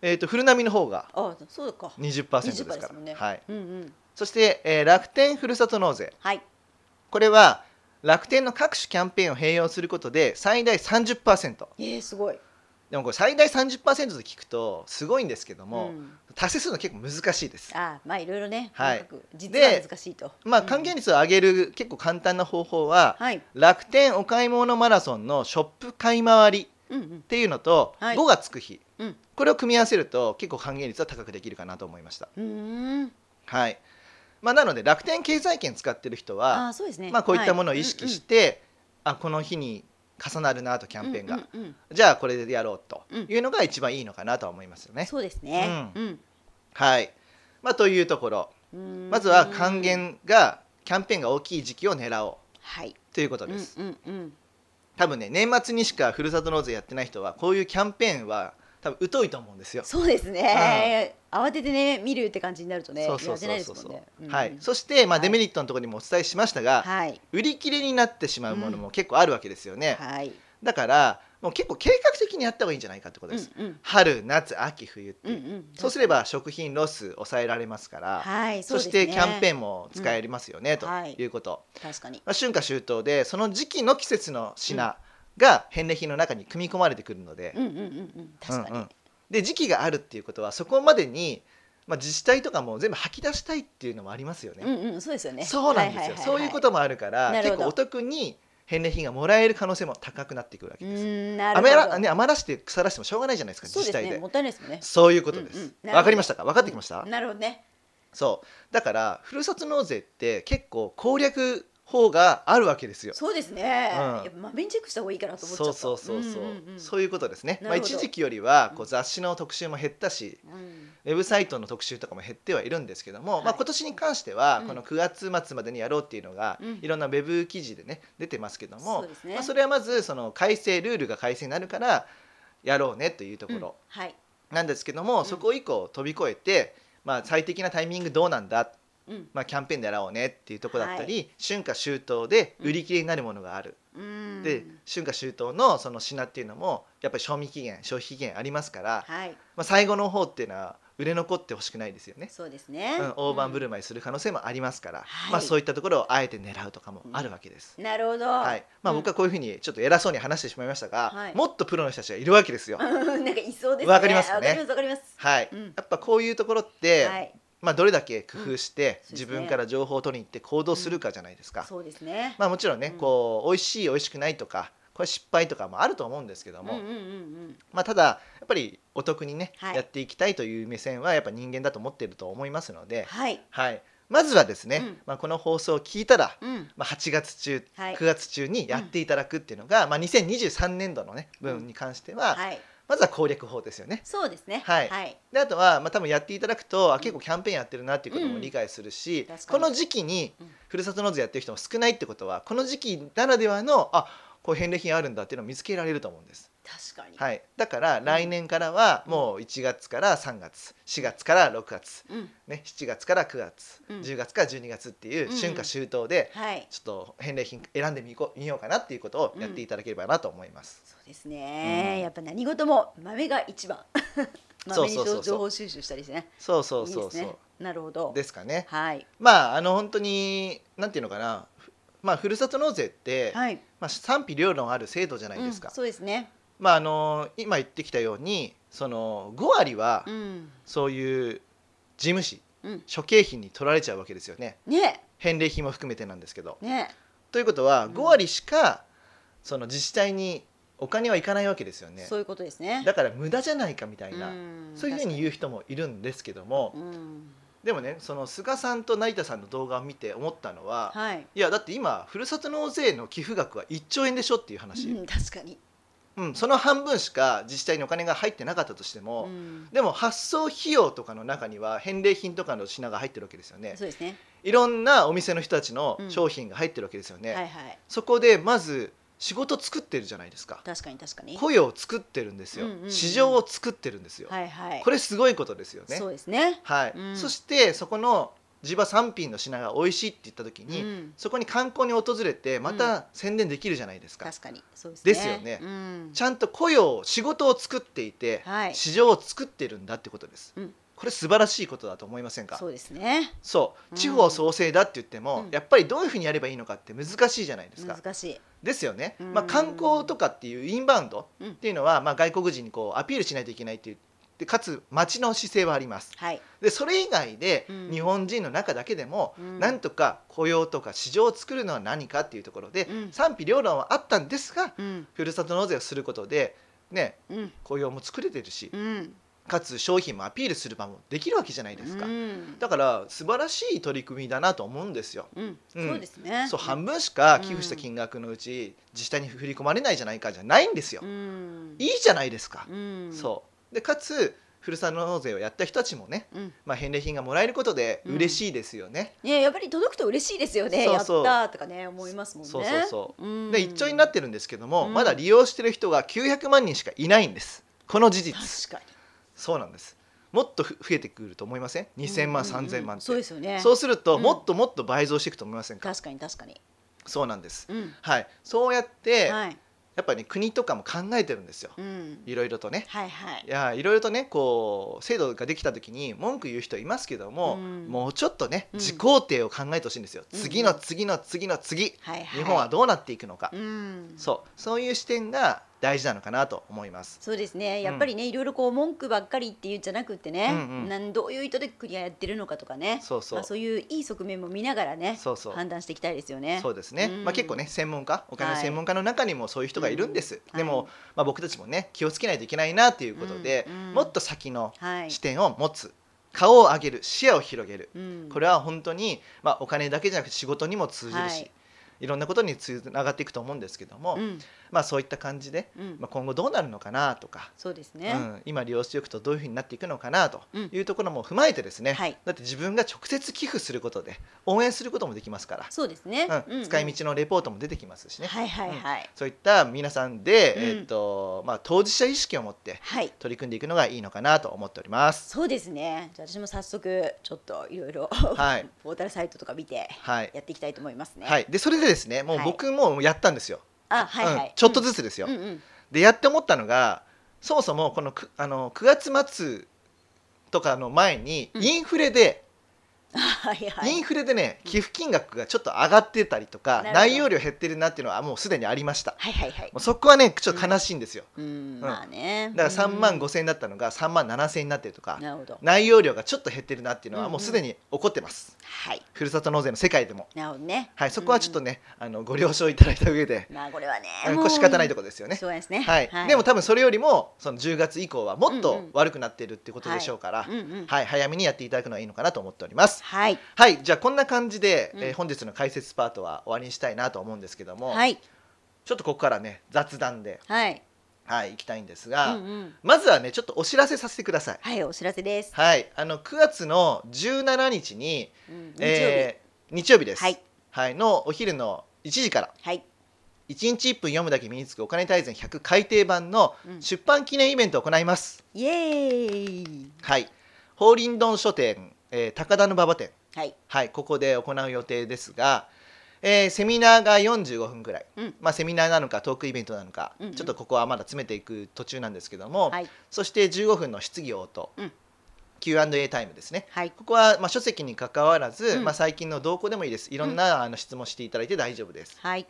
Speaker 1: えー、とフル並みの方が
Speaker 2: あ、そうか。
Speaker 1: 20%です
Speaker 2: 20%
Speaker 1: か
Speaker 2: です
Speaker 1: ら、
Speaker 2: もんね。
Speaker 1: はい、
Speaker 2: うんうん。
Speaker 1: そして、えー楽天ふるさと納税
Speaker 2: はい。
Speaker 1: これは楽天の各種キャンペーンを併用することで最大30%
Speaker 2: ええすごい。
Speaker 1: でもこれ最大30%と聞くとすごいんですけども、
Speaker 2: うん
Speaker 1: 達成するの結構難しいです。
Speaker 2: あ、まあいろいろね。
Speaker 1: はい
Speaker 2: 細かく。実は
Speaker 1: で
Speaker 2: 難しいと。
Speaker 1: まあ、
Speaker 2: うん
Speaker 1: 還元率を上げる結構簡単な方法は、
Speaker 2: はい。
Speaker 1: 楽天お買い物マラソンのショップ買い回り
Speaker 2: うんうん
Speaker 1: っていうのと
Speaker 2: はい
Speaker 1: 5がつく日、
Speaker 2: うん
Speaker 1: これを組み合わせると結構還元率は高くできるかなと思いました。
Speaker 2: うーん。
Speaker 1: はいまあ、なので楽天経済圏使ってる人は
Speaker 2: あ、そうですね。。
Speaker 1: まあ、こういったものを意識してて、あこの日に重なるなとキ
Speaker 2: キ
Speaker 1: ャンペーンが、。
Speaker 2: うんうん
Speaker 1: じゃあこれでやろうというのが一番いいのかなとは思いますよ
Speaker 2: うん
Speaker 1: ね。
Speaker 2: そうですね。
Speaker 1: う
Speaker 2: うん。
Speaker 1: はいまあ、というところま
Speaker 2: ま
Speaker 1: ずは還。元がキャンペーンが大きい時期を狙お
Speaker 2: はい。
Speaker 1: うということです。
Speaker 2: うんうんうん。
Speaker 1: 多分ね年末にしかふるさと納税やってない人はこういうキャンペーンは多分疎いと思うんですよ。
Speaker 2: そうですね。慌ててね見るって感じになるとね、やってないですもんね。うん
Speaker 1: はい、そして、まあ、
Speaker 2: はい
Speaker 1: デメリットのところにもお伝えしましたが、
Speaker 2: はい
Speaker 1: 売り切れになってしまうものも結構あるわけですよね、
Speaker 2: はい。
Speaker 1: だからもう結構計画的にやった方がいいんじゃないかってこと
Speaker 2: うん
Speaker 1: です、
Speaker 2: うん
Speaker 1: 春夏秋冬って
Speaker 2: う
Speaker 1: い
Speaker 2: ん
Speaker 1: う、
Speaker 2: うん。
Speaker 1: そうすれば食品ロス抑えられますから、
Speaker 2: はい。
Speaker 1: そしてキャンペ
Speaker 2: ン。
Speaker 1: ーンも使えますよね、と
Speaker 2: はい
Speaker 1: いうこと、
Speaker 2: 確かに。
Speaker 1: まあ、春夏秋冬でその時期の季節の品が返礼品の中に組み込まれてくるので
Speaker 2: う、んうんうんうん。確か
Speaker 1: うんう
Speaker 2: に
Speaker 1: ん。で時期があるっていうことはそこまでに、まあ、自治体とかも全部吐き出したいっていうのもありますよね。
Speaker 2: うんうんそうですよね。
Speaker 1: そうなんですよ、
Speaker 2: ははは
Speaker 1: そういうこともあるから
Speaker 2: な
Speaker 1: 結
Speaker 2: るほど
Speaker 1: 構お得に返礼品がもらえる可能性も高くなってくるわ
Speaker 2: う
Speaker 1: けです。
Speaker 2: ーんなるほ
Speaker 1: 余ら
Speaker 2: ど。
Speaker 1: ね、余らして腐らしてもしょうがないじゃないですか
Speaker 2: そう
Speaker 1: 自
Speaker 2: で
Speaker 1: 治
Speaker 2: す
Speaker 1: 体で
Speaker 2: ね。もったいないですもんね。
Speaker 1: そういうことで
Speaker 2: うんうん
Speaker 1: す
Speaker 2: なるほど
Speaker 1: わかりましたか分かってきました
Speaker 2: なるほどね。
Speaker 1: そうだからふるさと納税って結構攻略法があるわけですよ
Speaker 2: そうですね。
Speaker 1: うん
Speaker 2: やっぱまめにチェックした方がいいかなと思っちゃっ
Speaker 1: そ
Speaker 2: た。
Speaker 1: うそうそうそう,、
Speaker 2: んんん
Speaker 1: そういうことですね、まあ、
Speaker 2: なるほど
Speaker 1: 一時期よりはこう雑誌の特集も減ったし
Speaker 2: うん
Speaker 1: ウェブサイトの特集とかも減ってはいるんですけども、
Speaker 2: はい
Speaker 1: まあ、今年に関しては
Speaker 2: うん
Speaker 1: この9月末までにやろうっていうのが、
Speaker 2: うん
Speaker 1: いろんなウェブ記事でね出てますけども
Speaker 2: そうですね
Speaker 1: まあ、それはまずその改正ルールが改正になるからやろうねというとこ
Speaker 2: うん
Speaker 1: ろ
Speaker 2: はい。
Speaker 1: なんですけども、
Speaker 2: うん
Speaker 1: そこ以降飛び越えて、まあ、最適なタイミングどうなんだ、
Speaker 2: うん
Speaker 1: まあ、キャンペーンでやろうねっていうところだったり、春夏秋冬で売り切れになるものがある、
Speaker 2: うん。
Speaker 1: で春夏秋冬のその品っていうのもやっぱり賞味期限消費期限ありますから、
Speaker 2: はい。
Speaker 1: まあ、最後の方っていうのは売れ残ってほしくないですよね。
Speaker 2: そうですね。
Speaker 1: うん、大盤振る舞いする可能性もありますから、
Speaker 2: はい
Speaker 1: まあ、そういったところをあえて狙うとかもあるわけです。
Speaker 2: なるほど。
Speaker 1: はいまあ、僕はこういうふうにちょっと偉そうに話してしまいましたが、
Speaker 2: はい
Speaker 1: もっとプロの人たちがいるわけですよ。
Speaker 2: うん なんかいそうですね。
Speaker 1: わかりますかね
Speaker 2: わかりますわかります。
Speaker 1: はい
Speaker 2: うん
Speaker 1: やっぱこういうところって、
Speaker 2: はい。
Speaker 1: まあ、どれだけ工夫して
Speaker 2: うん
Speaker 1: 自分から情報を取りに行って行動するかじゃないですか、
Speaker 2: そうですね。
Speaker 1: まあ、もちろんね、
Speaker 2: うん
Speaker 1: こう美味しい美味しくないとかこれ失敗とかもあると思うんですけども、
Speaker 2: うんうんうん
Speaker 1: まあ、ただやっぱりお得にね、
Speaker 2: はい
Speaker 1: やっていきたいという目線はやっぱ人間だと思っていると思いますの
Speaker 2: うん。
Speaker 1: で、
Speaker 2: はい。
Speaker 1: はい、まずはですね、
Speaker 2: うん
Speaker 1: まあ、この放送を聞いたら、
Speaker 2: うん。
Speaker 1: まあ、8月中、
Speaker 2: はい
Speaker 1: 9月中にやっていただくっていうのが、まあ、2023年度のね
Speaker 2: うん
Speaker 1: 分に関しては、
Speaker 2: はい。
Speaker 1: まずは攻略法ですよね。
Speaker 2: そうですね。
Speaker 1: はい
Speaker 2: はい。
Speaker 1: であとは、まあ、多分やっていただくと、あ結構キャンペーンやってるなっていうことも理解するし、
Speaker 2: うん確か
Speaker 1: こ
Speaker 2: に
Speaker 1: の時期に
Speaker 2: うん
Speaker 1: ふるさと納税やってる人も少ないってことはこの時期ならではのあこう返礼品あるんだっていうのを見つけられると思うんです。
Speaker 2: 確かに。い。
Speaker 1: はい、だから来年からはもう1月から3月4月から6月、
Speaker 2: うん。
Speaker 1: ね、7月から9月、
Speaker 2: うん
Speaker 1: 10月から12月っていう
Speaker 2: うんうん
Speaker 1: 春夏秋冬で
Speaker 2: はい。
Speaker 1: ちょっと返礼品選んでみこみようかなっていうことをやっていただければなと思います。
Speaker 2: そうですね。
Speaker 1: うん
Speaker 2: やっぱ何事も豆が一 番。
Speaker 1: そ
Speaker 2: 豆
Speaker 1: う
Speaker 2: に
Speaker 1: そうそうそう
Speaker 2: 情報収集したりしてね。
Speaker 1: そうそうそうそう
Speaker 2: いいですね。なるほど。
Speaker 1: ですかね。
Speaker 2: はい。
Speaker 1: まああの本当になんていうのかな、ふまあふるさと納税って、
Speaker 2: はい。
Speaker 1: まあ賛否両論ある制度じゃないです
Speaker 2: うん
Speaker 1: か。
Speaker 2: そうですね。
Speaker 1: まああの今言ってきたようにその5割は
Speaker 2: うん
Speaker 1: そういう事務費
Speaker 2: うん
Speaker 1: 諸経費に取られちゃうわけですよね
Speaker 2: ね
Speaker 1: 返礼品も含めてなんですけど。
Speaker 2: ね
Speaker 1: ということは5割しかその自治体にお金はいかないわけですよね
Speaker 2: そういうことですね
Speaker 1: だから無駄じゃないかみたいな、
Speaker 2: ん
Speaker 1: そういうふうに言う人もいるんですけども、
Speaker 2: 確かにうん
Speaker 1: でもねその菅さんと成田さんの動画を見て思ったのは、
Speaker 2: はい
Speaker 1: い、やだって今ふるさと納税の寄付額は1兆円でしょっていう話、
Speaker 2: うん確かに
Speaker 1: うんその半分しか自治体にお金が入ってなかったとしても、
Speaker 2: うん
Speaker 1: でも発送費用とかの中には返礼品とかの品が入ってるわけですよね
Speaker 2: そうですね
Speaker 1: いろんなお店の人たちの
Speaker 2: うん
Speaker 1: 商品が入ってるわけですよね、
Speaker 2: はいはい
Speaker 1: そこでまず仕事作ってるじゃないですか
Speaker 2: 確かに確かに
Speaker 1: 雇用を作ってるんですよ、
Speaker 2: うんうんうん
Speaker 1: 市場を作ってるんですよ、
Speaker 2: はいはい
Speaker 1: これすごいことですよね
Speaker 2: そうですね
Speaker 1: はい、
Speaker 2: うん
Speaker 1: そしてそこの地場産品の品が美味しいって言った時に、
Speaker 2: うん
Speaker 1: そこに観光に訪れてま
Speaker 2: う
Speaker 1: た宣伝できるじゃないですか、
Speaker 2: 確かにそうですね
Speaker 1: ですよね
Speaker 2: うん
Speaker 1: ちゃんと雇用仕事を作っていて、
Speaker 2: はい
Speaker 1: 市場を作ってるんだってことです、
Speaker 2: うん
Speaker 1: これ素晴らしいことだと思いませんか
Speaker 2: そうですね
Speaker 1: そう地方創生だって言っても、
Speaker 2: うん
Speaker 1: やっぱりどういうふうにやればいいのかって難しいじゃないですか、
Speaker 2: 難しい
Speaker 1: ですよね、
Speaker 2: うん
Speaker 1: まあ、観光とかっていうインバウンド
Speaker 2: う
Speaker 1: っ
Speaker 2: ん
Speaker 1: ていうのは、まあ、外国人にこうアピールしないといけないっていうでかつ町の姿勢はあります
Speaker 2: はい
Speaker 1: でそれ以外で
Speaker 2: うん
Speaker 1: 日本人の中だけでも、
Speaker 2: うん
Speaker 1: なんとか雇用とか市場を作るのは何かっていうところで、
Speaker 2: うん
Speaker 1: 賛否両論はあったんですが
Speaker 2: うん
Speaker 1: ふるさと納税をすることで、ね、
Speaker 2: うん
Speaker 1: 雇用も作れてるし
Speaker 2: うん
Speaker 1: かつ商品もアピールする場もできるわけじゃないですか。
Speaker 2: うん
Speaker 1: だから素晴らしい取り組みだなと思うんですよ。
Speaker 2: うん
Speaker 1: うん
Speaker 2: そうですね
Speaker 1: そう半分しか寄付した金額のうち自治体に振り込まれないじゃないかじゃないんですよ
Speaker 2: う。ん
Speaker 1: いいじゃないですか。
Speaker 2: うん
Speaker 1: そうでかつふるさと納税をやった人たちもね、
Speaker 2: うん
Speaker 1: まあ、返礼品がもらえることで嬉しいですよね。
Speaker 2: ねやっぱり届くと嬉しいですよね
Speaker 1: そうそう
Speaker 2: やったーとかね思いますもんね
Speaker 1: そうそうそ
Speaker 2: うん
Speaker 1: で1兆円になってるんですけども、
Speaker 2: うん
Speaker 1: まだ利用してる人が900万人しかいないんですこの事実
Speaker 2: 確かに
Speaker 1: そうなんですもっとふ増えてくると思いません2000万、
Speaker 2: うんうんうん
Speaker 1: 3000万って
Speaker 2: そうですよね
Speaker 1: そうすると、
Speaker 2: うん
Speaker 1: もっともっと倍増していくと思いませんか
Speaker 2: 確かに確かに
Speaker 1: そうなんです
Speaker 2: うん
Speaker 1: はいそうやって、
Speaker 2: はい
Speaker 1: やっぱり、ね、国とかも考えてるんですよ
Speaker 2: うん
Speaker 1: いろいろとね
Speaker 2: はいはい
Speaker 1: いやいろいろとねこう制度ができた時に文句言う人いますけども、
Speaker 2: うん
Speaker 1: もうちょっとね
Speaker 2: うん
Speaker 1: 自肯定を考えてほしいんですよ、
Speaker 2: うん
Speaker 1: 次の次の次の次
Speaker 2: はいはい
Speaker 1: 日本はどうなっていくのか、
Speaker 2: うん
Speaker 1: そうそういう視点が大事なのかなと思います。
Speaker 2: そうですねやっぱりね、いろいろこう文句ばっかりっていうんじゃなくってね、
Speaker 1: うんうん
Speaker 2: なんどういう意図で国がやってるのかとかね
Speaker 1: そうそう
Speaker 2: まあ、そういういい側面も見ながらね
Speaker 1: そうそう
Speaker 2: 判断していきたいですよね。
Speaker 1: そうですね、
Speaker 2: うん
Speaker 1: まあ、結構ね専門家お金の
Speaker 2: はい
Speaker 1: 専門家の中にもそういう人がいるんです、
Speaker 2: うん
Speaker 1: でも、
Speaker 2: はい
Speaker 1: まあ、僕たちもね気をつけないといけないなということで、
Speaker 2: うんうん
Speaker 1: もっと先の
Speaker 2: はい
Speaker 1: 視点を持つ顔を上げる視野を広げる
Speaker 2: うん、
Speaker 1: これは本当に、まあ、お金だけじゃなくて仕事にも通じるし、
Speaker 2: はい
Speaker 1: い、ろんなことにつながっていくと思うんですけども、
Speaker 2: うん
Speaker 1: まあ、そういった感じで、
Speaker 2: うん
Speaker 1: まあ、今後どうなるのかなとか、
Speaker 2: そうです
Speaker 1: う
Speaker 2: ね、
Speaker 1: ん、今利用しておくとどういうふうになっていくのかなと
Speaker 2: うん
Speaker 1: いうところも踏まえてですね、
Speaker 2: はい
Speaker 1: だって自分が直接寄付することで応援することもできますから。
Speaker 2: そうですね、
Speaker 1: うん使い道のレポートも出てきますしね、
Speaker 2: はいはいはい、
Speaker 1: そういった皆さんで、
Speaker 2: うん
Speaker 1: えーとまあ、当事者意識を持って
Speaker 2: はい
Speaker 1: 取り組んでいくのがいいのかなと思っております。
Speaker 2: そうですねじゃあ私も早速ちょっといろいろ、
Speaker 1: はい、
Speaker 2: ポータルサイトとか見て
Speaker 1: はい
Speaker 2: やっていきたいと思いますね。
Speaker 1: はい、でそれでですねもう
Speaker 2: はい
Speaker 1: 僕もやったんですよ、
Speaker 2: あはいはい、
Speaker 1: うんちょっと
Speaker 2: つ
Speaker 1: ずつですよ。
Speaker 2: うんうん
Speaker 1: でやって思ったのがそもそもこのくあの9月末とかの前に
Speaker 2: うん
Speaker 1: インフレで、
Speaker 2: はいはい、
Speaker 1: インフレでね寄付金額がちょっと上がってたりとか
Speaker 2: なるほど
Speaker 1: 内容量減ってるなっていうのはもうすでにありました。
Speaker 2: はいはいはい
Speaker 1: もうそこはねちょっと悲しいんですよ。
Speaker 2: うんまあね
Speaker 1: だから3万
Speaker 2: 五
Speaker 1: 5千円だったのが3万7千円になってるとか
Speaker 2: なるほど
Speaker 1: 内容量がちょっと減ってるなっていうのは
Speaker 2: うんうん
Speaker 1: もうすでに起こってます、
Speaker 2: はい
Speaker 1: ふるさと納税の世界でも、
Speaker 2: なるほどね
Speaker 1: はい、そこはちょっと
Speaker 2: ね、
Speaker 1: ね、あのご了承いただいた上で、
Speaker 2: まあこれはね
Speaker 1: あの
Speaker 2: も
Speaker 1: こ
Speaker 2: う
Speaker 1: れ仕方ないところですよ
Speaker 2: ね
Speaker 1: ね
Speaker 2: そうですね
Speaker 1: はいでも多分それよりもその10月以降はもっ
Speaker 2: うん
Speaker 1: と
Speaker 2: うん
Speaker 1: 悪くなっているってことでしょうから、
Speaker 2: うんうん
Speaker 1: はい、早めにやっていただくのはいいのかなと思っております。
Speaker 2: はい
Speaker 1: はいじゃあこんな感じで、
Speaker 2: うん
Speaker 1: えー本日の解説パートは終わりにしたいなと思うんですけども、
Speaker 2: はい
Speaker 1: ちょっとここからね雑談で、
Speaker 2: はい
Speaker 1: はい、いきたいんですが、
Speaker 2: うんうん
Speaker 1: まずはねちょっとお知らせさせてください。
Speaker 2: はいお知らせです、
Speaker 1: はい、あの9月の17日に
Speaker 2: うん、日曜日、
Speaker 1: えー日曜日です、
Speaker 2: はい
Speaker 1: はいのお昼の1時から
Speaker 2: はい
Speaker 1: 1日1分読むだけ身につくお金大全100改訂版の
Speaker 2: うん
Speaker 1: 出版記念イベントを行います、
Speaker 2: イエーイ
Speaker 1: はい法輪丼書店、えー高田の馬場店
Speaker 2: はい
Speaker 1: はいここで行う予定ですが、えーセミナーが45分ぐらい、
Speaker 2: うん
Speaker 1: まあ、セミナーなのかトークイベントなのか、
Speaker 2: うんうん
Speaker 1: ちょっとここはまだ詰めていく途中なんですけども、
Speaker 2: はい
Speaker 1: そして15分の質疑応答、
Speaker 2: うん
Speaker 1: Q&A タイムですね
Speaker 2: はい
Speaker 1: ここはまあ書籍に関わらず、
Speaker 2: うん
Speaker 1: まあ、最近の動向でもいいですいろんなあの質問していただいて大丈夫です。
Speaker 2: はい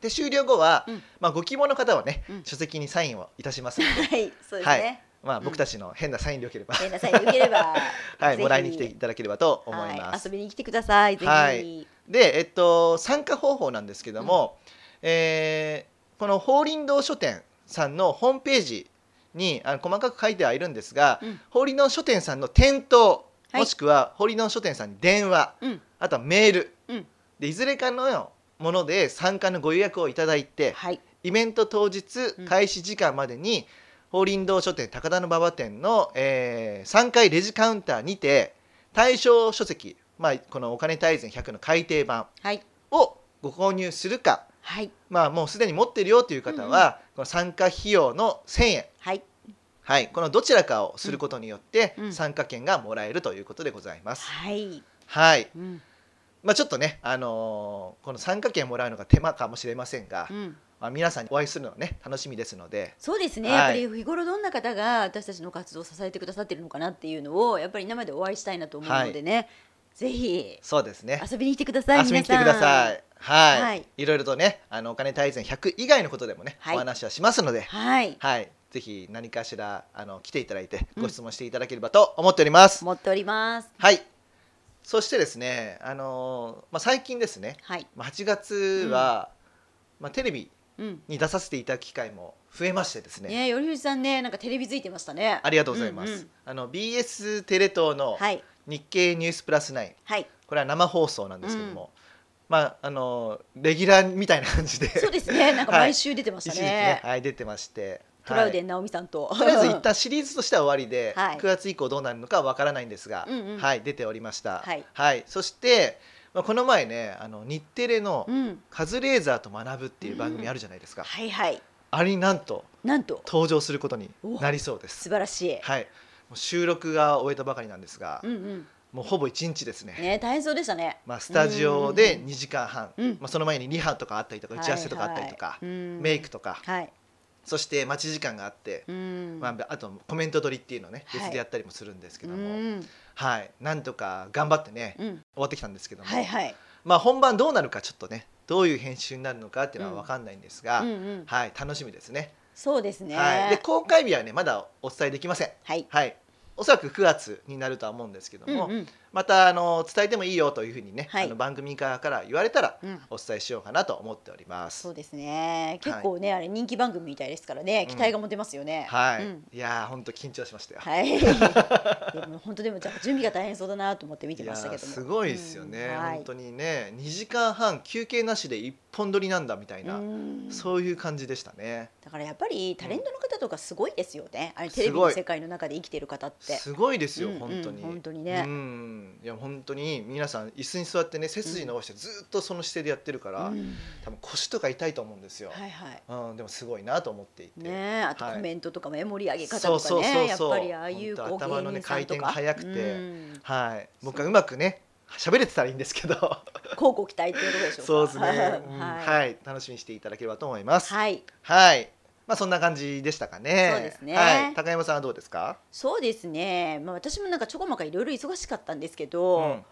Speaker 1: で終了後は、
Speaker 2: うん
Speaker 1: まあ、ご希望の方はね、
Speaker 2: うん
Speaker 1: 書籍にサインをいたしますので
Speaker 2: はいそうですね、
Speaker 1: はいまあ、
Speaker 2: うん
Speaker 1: 僕たちの変なサインでよけ れば、
Speaker 2: 連絡さえよけれ ば
Speaker 1: はい、
Speaker 2: ぜひ
Speaker 1: もらいに来ていただければと思いま
Speaker 2: は
Speaker 1: す。
Speaker 2: 遊びに来てくださいぜひ、
Speaker 1: はいで、えっと、参加方法なんですけども、えーこの法輪堂書店さんのホームページにあの細かく書いてはいるんですが、
Speaker 2: うん
Speaker 1: 法輪堂書店さんの店頭、
Speaker 2: はい
Speaker 1: もしくは法輪堂書店さんに電話
Speaker 2: うん
Speaker 1: あとはメール、
Speaker 2: うん
Speaker 1: でいずれかのもので参加のご予約をいただいて
Speaker 2: はい
Speaker 1: イベント当日
Speaker 2: うん
Speaker 1: 開始時間までに、法輪堂書店高田の馬場店の、え3階レジカウンターにて対象書籍、まあ、この「お金大全100」の改訂版
Speaker 2: はい
Speaker 1: をご購入するか、
Speaker 2: はい
Speaker 1: まあ、もうすでに持ってるよという方は、この参加費用の1000円、
Speaker 2: はい
Speaker 1: はい、このどちらかをすることによって、
Speaker 2: うんうん
Speaker 1: 参加券がもらえるということでございます。
Speaker 2: はい、
Speaker 1: はい
Speaker 2: うん
Speaker 1: まあ、ちょっとね、あのーこの参加券もらうのが手間かもしれませんが、
Speaker 2: うん、
Speaker 1: まあ、皆さんにお会いするのはね楽しみですので
Speaker 2: そうですね、
Speaker 1: はい
Speaker 2: やっぱり日頃どんな方が私たちの活動を支えてくださってるのかなっていうのをやっぱり生でお会いしたいなと思うのでね、ぜひ
Speaker 1: そうですね
Speaker 2: 遊びに来てください
Speaker 1: 遊びに来てくだ
Speaker 2: 皆
Speaker 1: さい。はい、
Speaker 2: はい
Speaker 1: い、ろいろとねあのお金大全100以外のことでもね、
Speaker 2: はい
Speaker 1: お話はしますので、
Speaker 2: はい
Speaker 1: はい、ぜひ何かしらあの来ていただいてご質問していただければと思っております。
Speaker 2: 持っております
Speaker 1: はいそしてですね、あのーまあ、最近ですね、
Speaker 2: はい
Speaker 1: まあ、8月は、まあ、テレビ
Speaker 2: うん
Speaker 1: に出させていただく機会も増えましてですね
Speaker 2: ねよりふじさんねなんかテレビついてましたね
Speaker 1: ありがとうございます、
Speaker 2: うんうん
Speaker 1: あの BS テレ東の
Speaker 2: はい
Speaker 1: 日経ニュースプラス9
Speaker 2: はい
Speaker 1: これは生放送なんですけども、まああのレギュラーみたいな感じで
Speaker 2: そうですねなんか毎週出てまし
Speaker 1: 一
Speaker 2: た
Speaker 1: 時
Speaker 2: ね,、
Speaker 1: 期ね、はい、出てまして
Speaker 2: トラウデ
Speaker 1: はい
Speaker 2: ン直美さんと、
Speaker 1: とりあえず一旦シリーズとしては終わりで、
Speaker 2: はい
Speaker 1: 9月以降どうなるのかはわからないんですが、
Speaker 2: うんうん
Speaker 1: はい、出ておりました、
Speaker 2: はい
Speaker 1: そして、まあ、この前ねあの日テレの
Speaker 2: うん
Speaker 1: 「カズレーザーと学ぶ」っていう番組あるじゃないですか、
Speaker 2: はいはい
Speaker 1: あれになんと
Speaker 2: なんと
Speaker 1: 登場することになりそうで
Speaker 2: 素
Speaker 1: す、
Speaker 2: 晴らしい、
Speaker 1: はい、もう収録が終えたばかりなんですが、
Speaker 2: うん
Speaker 1: もうほぼ1日ですね
Speaker 2: うんね大変そうでしたね
Speaker 1: まあ、スタジオで2時間半、
Speaker 2: うん
Speaker 1: まあ、その前にリハとかあったりとか打ち合わせとかあったりとか、メイク
Speaker 2: と
Speaker 1: とか、
Speaker 2: はい
Speaker 1: そして待ち時間があって、
Speaker 2: うん
Speaker 1: まあ、あとコメント取りっていうのをね
Speaker 2: はい
Speaker 1: 別でやったりもするんですけど
Speaker 2: う
Speaker 1: も、
Speaker 2: ん
Speaker 1: はい、なんとか頑張ってね
Speaker 2: うん
Speaker 1: 終わってきたんですけども、
Speaker 2: はいはい
Speaker 1: まあ、本番どうなるかちょっとねどういう編集になるのかっていうのは分かんないんですが、
Speaker 2: うんうん
Speaker 1: はい、楽しみですね
Speaker 2: そうですね
Speaker 1: はい、で公開日はねまだお伝えできません、
Speaker 2: はい
Speaker 1: はい、おそらく9月になるとは思うんですけど
Speaker 2: うん
Speaker 1: も、
Speaker 2: うん
Speaker 1: またあの伝えてもいいよというふうにね、
Speaker 2: はい
Speaker 1: あの番組側から言われたら
Speaker 2: うん
Speaker 1: お伝えしようかなと思っております。
Speaker 2: そうですね結構ねあれ人気番組みたいですからね期待が持てますよね
Speaker 1: はい、
Speaker 2: うん
Speaker 1: いやー本当緊張しましたよ。
Speaker 2: はい でも本当でもじゃあ準備が大変そうだなと思って見て
Speaker 1: いや
Speaker 2: ましたけ
Speaker 1: ー
Speaker 2: ども
Speaker 1: すごいですよね、
Speaker 2: うんはい
Speaker 1: 本当にね2時間半休憩なしで一本撮りなんだみたいな、
Speaker 2: うん
Speaker 1: そういう感じでしたね
Speaker 2: だからやっぱりタレントの方とかすごいですよね、あれテレビの世界の中で生きてる方って
Speaker 1: すごいですよ、
Speaker 2: うんうん
Speaker 1: 本当に
Speaker 2: 本当にね
Speaker 1: うんいや本当に皆さん椅子に座ってね背筋伸ばしてずっとその姿勢でやってるから、
Speaker 2: うん
Speaker 1: 多分腰とか痛いと思うんですよ、
Speaker 2: はいはい
Speaker 1: うん、でもすごいなと思っていて、
Speaker 2: ねえあと
Speaker 1: はい
Speaker 2: コメントとかも、ね盛り上げ方
Speaker 1: そう
Speaker 2: とか
Speaker 1: そう
Speaker 2: ね
Speaker 1: そ
Speaker 2: や
Speaker 1: う
Speaker 2: っ
Speaker 1: そう
Speaker 2: ぱりああいうこう
Speaker 1: 本当頭のね
Speaker 2: 芸人さんと
Speaker 1: 回転
Speaker 2: か
Speaker 1: が速くて
Speaker 2: うん
Speaker 1: はい、僕はうまくね喋れてたらいいんですけど
Speaker 2: こうご期待っていうことでしょうか
Speaker 1: そうですね、うんはい、
Speaker 2: はい、
Speaker 1: 楽しみにしていただければと思いますはい、
Speaker 2: はい、
Speaker 1: まあそんな感じでしたかね
Speaker 2: そうですね
Speaker 1: はい、高山さんはどうですか
Speaker 2: そうですね、まあ、私もなんかちょこまかいろいろ忙しかったんですけど、
Speaker 1: うん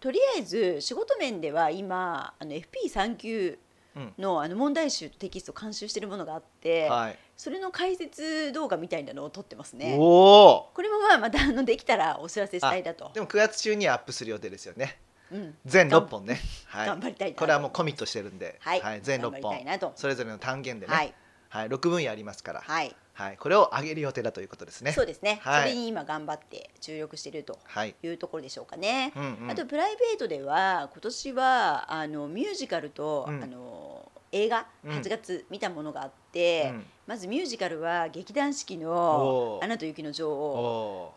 Speaker 2: とりあえず仕事面では今あの FP3 級
Speaker 1: うん
Speaker 2: のあの問題集とテキストを監修しているものがあって、
Speaker 1: はい、
Speaker 2: それの解説動画みたいなのを撮ってますね。
Speaker 1: おお
Speaker 2: これもまあまたあのできたらお知らせしたいだと、
Speaker 1: でも9月中にはアップする予定ですよね
Speaker 2: うん、
Speaker 1: 全6本ね、はい、
Speaker 2: 頑張りたいな
Speaker 1: これはもうコミットしてるんで、
Speaker 2: はい
Speaker 1: 全
Speaker 2: 頑張
Speaker 1: 6
Speaker 2: りたいなと
Speaker 1: 本それぞれの単元でね、
Speaker 2: は
Speaker 1: はいい6分野ありますから、はい
Speaker 2: はい、
Speaker 1: これを上げる予定だということですね。
Speaker 2: そうですね、
Speaker 1: はい
Speaker 2: それに今頑張って注力していると
Speaker 1: はい、
Speaker 2: いうところでしょうかね。
Speaker 1: うんうん
Speaker 2: あとプライベートでは今年はあのミュージカルと、
Speaker 1: うん
Speaker 2: あの映画
Speaker 1: うん
Speaker 2: 8月見たものがあっ
Speaker 1: う
Speaker 2: て、
Speaker 1: ん
Speaker 2: まずミュージカルは劇団四季の
Speaker 1: お
Speaker 2: 「
Speaker 1: ー
Speaker 2: アナと雪の女
Speaker 1: お
Speaker 2: 王」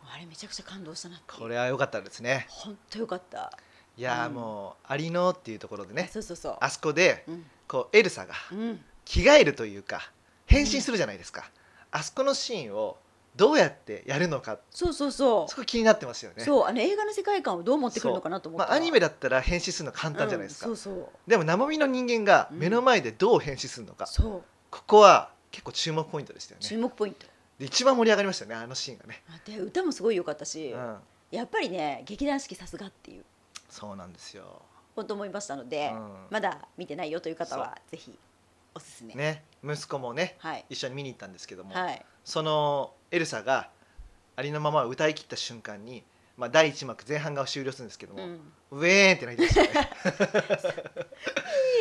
Speaker 1: お
Speaker 2: あれめちゃくちゃ感動したなって
Speaker 1: ー、
Speaker 2: い
Speaker 1: こ
Speaker 2: う
Speaker 1: れは良かったですね。
Speaker 2: 本当よかった、
Speaker 1: いやー
Speaker 2: うん
Speaker 1: もう、ありのっていうところでね、
Speaker 2: そうそうそう
Speaker 1: あそこで
Speaker 2: うん
Speaker 1: こうエルサが
Speaker 2: うん
Speaker 1: 着替えるというか変身するじゃないですか、あそこのシーンをどうやってやるのか
Speaker 2: そうそうそう
Speaker 1: そこ気になってますよね
Speaker 2: そうあの映画の世界観をどう持ってくるのかなと思っ
Speaker 1: ま
Speaker 2: た
Speaker 1: あ、アニメだったら変身するの簡単じゃないですか、
Speaker 2: うんそうそう
Speaker 1: でも生身の人間が目の前でどう変身するのか、
Speaker 2: そう
Speaker 1: ここは結構注目ポイントでしたよ
Speaker 2: 注
Speaker 1: ね
Speaker 2: 目ポイント
Speaker 1: で一番盛り上がりましたよねあのシーンがね、
Speaker 2: で歌もすごい良かったし、
Speaker 1: うん、
Speaker 2: やっぱりね劇団四季さすがっていう
Speaker 1: そうなんですよ
Speaker 2: 本当思いましたので、
Speaker 1: うん
Speaker 2: まだ見てないよという方はぜひおすすめ、
Speaker 1: ね息子もね
Speaker 2: はい
Speaker 1: 一緒に見に行ったんですけども、
Speaker 2: はい
Speaker 1: そのエルサがありのままを歌い切った瞬間に、まあ、第1幕前半が終了するんですけど
Speaker 2: う
Speaker 1: も、
Speaker 2: ん
Speaker 1: ウェーンって泣いてましたね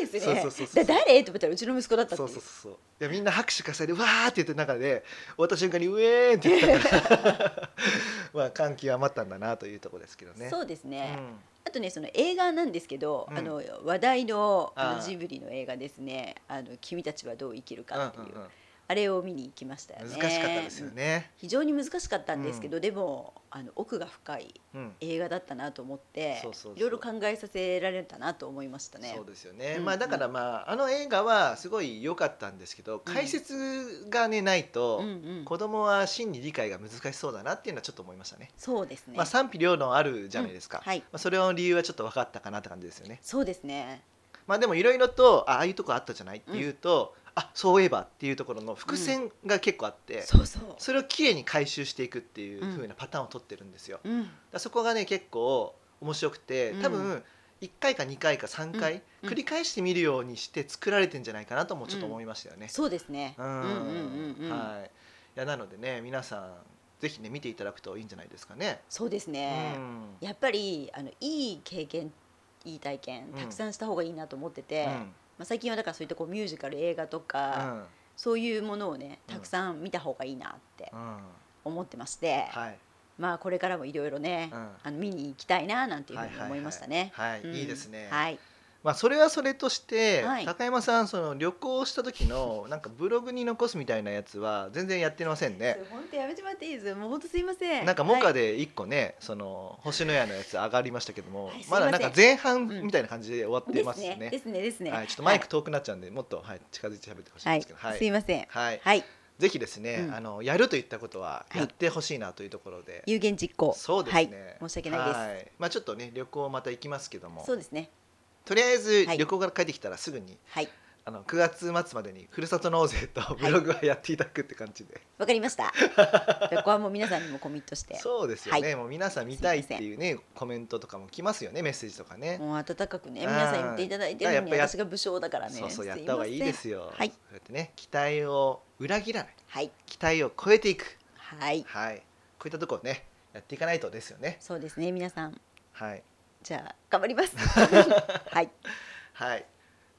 Speaker 2: いいですね
Speaker 1: そうそうそうそう
Speaker 2: だ誰と思ったらうちの息子だったっ
Speaker 1: そ
Speaker 2: ていうう
Speaker 1: そうそうそういやみんな拍手喝采でわーって言ってる中で終わった瞬間にウェーンって言ったから まあ感極まったんだなというところですけどね。
Speaker 2: そうですね、
Speaker 1: うん
Speaker 2: あとねその映画なんですけど、
Speaker 1: うん
Speaker 2: あの話題のあの
Speaker 1: あー
Speaker 2: ジブリの映画ですね「あの君たちはどう生きる
Speaker 1: うん
Speaker 2: か」っていう,、
Speaker 1: うんうん
Speaker 2: あれを見に行きましたよね
Speaker 1: 難しかったですよ
Speaker 2: うん
Speaker 1: ね。
Speaker 2: 非常に難しかったんですけど、でもあの奥が深い
Speaker 1: うん、
Speaker 2: 映画だったなと思って
Speaker 1: そうそうそう
Speaker 2: いろいろ考えさせられたなと思いましたね
Speaker 1: そうですよね、
Speaker 2: うんうん
Speaker 1: まあ、だから、まあ、あの映画はすごい良かったんですけど解説が、ね、ないと、
Speaker 2: うんうん
Speaker 1: 子供は真に理解が難しそうだなっていうのはちょっと思いましたね。
Speaker 2: そうですね、
Speaker 1: まあ、賛否両論あるじゃないですか、
Speaker 2: はい
Speaker 1: まあ、それの理由はちょっと分かったかなって感じですよね。
Speaker 2: そうですね
Speaker 1: まあ、でもいろいろとあああいうとこあったじゃないっていうと、あそういえばっていうところの伏線が結構あって、
Speaker 2: そうそう
Speaker 1: それをきれいに回収していくっていう風なパターンを取ってるんですよ。だか
Speaker 2: うん
Speaker 1: らそこがね結構面白くて多
Speaker 2: う
Speaker 1: 分1回か2回か3回
Speaker 2: うん
Speaker 1: 繰り返してみるようにして作られてんじゃないかなともちょっと思いましたよね。
Speaker 2: そうですね
Speaker 1: うん
Speaker 2: うんうんうんうん、
Speaker 1: はい、いやなのでね皆さんぜひね見ていただくといいんじゃないですかね。
Speaker 2: そうですね、
Speaker 1: うん
Speaker 2: やっぱりあのいい経験いい体験
Speaker 1: うん
Speaker 2: たくさんした方がいいなと思って
Speaker 1: う
Speaker 2: て、ま
Speaker 1: ん
Speaker 2: あ、最近はだからそういったこうミュージカル映画と
Speaker 1: う
Speaker 2: か、
Speaker 1: ん
Speaker 2: そういうものをね
Speaker 1: うん
Speaker 2: たくさん見た方がいいなって
Speaker 1: うん
Speaker 2: 思ってまして、
Speaker 1: はい
Speaker 2: まあこれからもいろいろね、
Speaker 1: うん
Speaker 2: あの見に行きたいななんていうふうに思いましたね。
Speaker 1: はい、
Speaker 2: うん
Speaker 1: いいですね。
Speaker 2: はい、
Speaker 1: まあそれはそれとして、
Speaker 2: はい
Speaker 1: 高山さんその旅行した時のなんかブログに残すみたいなやつは全然やってませんね。
Speaker 2: 本当やめちまっていいですよ。もう本当すいません。
Speaker 1: なんかモカ
Speaker 2: で、
Speaker 1: で一個ね、その星のやのやつ上がりましたけども、
Speaker 2: はいすいま
Speaker 1: ま
Speaker 2: せん
Speaker 1: だなんか前半みたいな感じで終わって
Speaker 2: で
Speaker 1: ます
Speaker 2: すね。で
Speaker 1: ね。
Speaker 2: すね。ですね。
Speaker 1: はい、ちょっとマイク遠くなっちゃうんで、もっとはい近づいて喋ってほしいん
Speaker 2: はい。
Speaker 1: ですけど、は
Speaker 2: すい
Speaker 1: い、
Speaker 2: ません。
Speaker 1: はい、
Speaker 2: はい。
Speaker 1: ぜひですね、
Speaker 2: うん
Speaker 1: あのやるといったことは
Speaker 2: はい
Speaker 1: やってほしいなというところで、
Speaker 2: 有言実行。
Speaker 1: そうですね、
Speaker 2: はい。申し訳ないです。
Speaker 1: はいまあちょっとね旅行また行きますけども
Speaker 2: そう、ですね。
Speaker 1: とりあえず
Speaker 2: はい
Speaker 1: 旅行から帰ってきたらすぐに
Speaker 2: はい。
Speaker 1: あの9月末までにふるさと納税とブログはやっていただくって感じで、
Speaker 2: わかりま した。ここはもう皆さんにもコミットして。
Speaker 1: そうですよね、
Speaker 2: はい
Speaker 1: もう皆さん見たいっていうねコメントとかも来ますよねメッセージとかね、
Speaker 2: もう温かくね、
Speaker 1: うん
Speaker 2: 皆さん言っていただいて
Speaker 1: だか
Speaker 2: るのに、
Speaker 1: らやっぱやっ
Speaker 2: 私が武将だからね。
Speaker 1: そうそうやった方がいいですよ
Speaker 2: はい
Speaker 1: そうやってね期待を裏切らない
Speaker 2: ません。はい。
Speaker 1: 期待を超えていく
Speaker 2: はい。
Speaker 1: はいこういったところねやっていかないとですよね
Speaker 2: そうですね。皆さん、
Speaker 1: はい
Speaker 2: じゃあ頑張 ります。はい。
Speaker 1: はい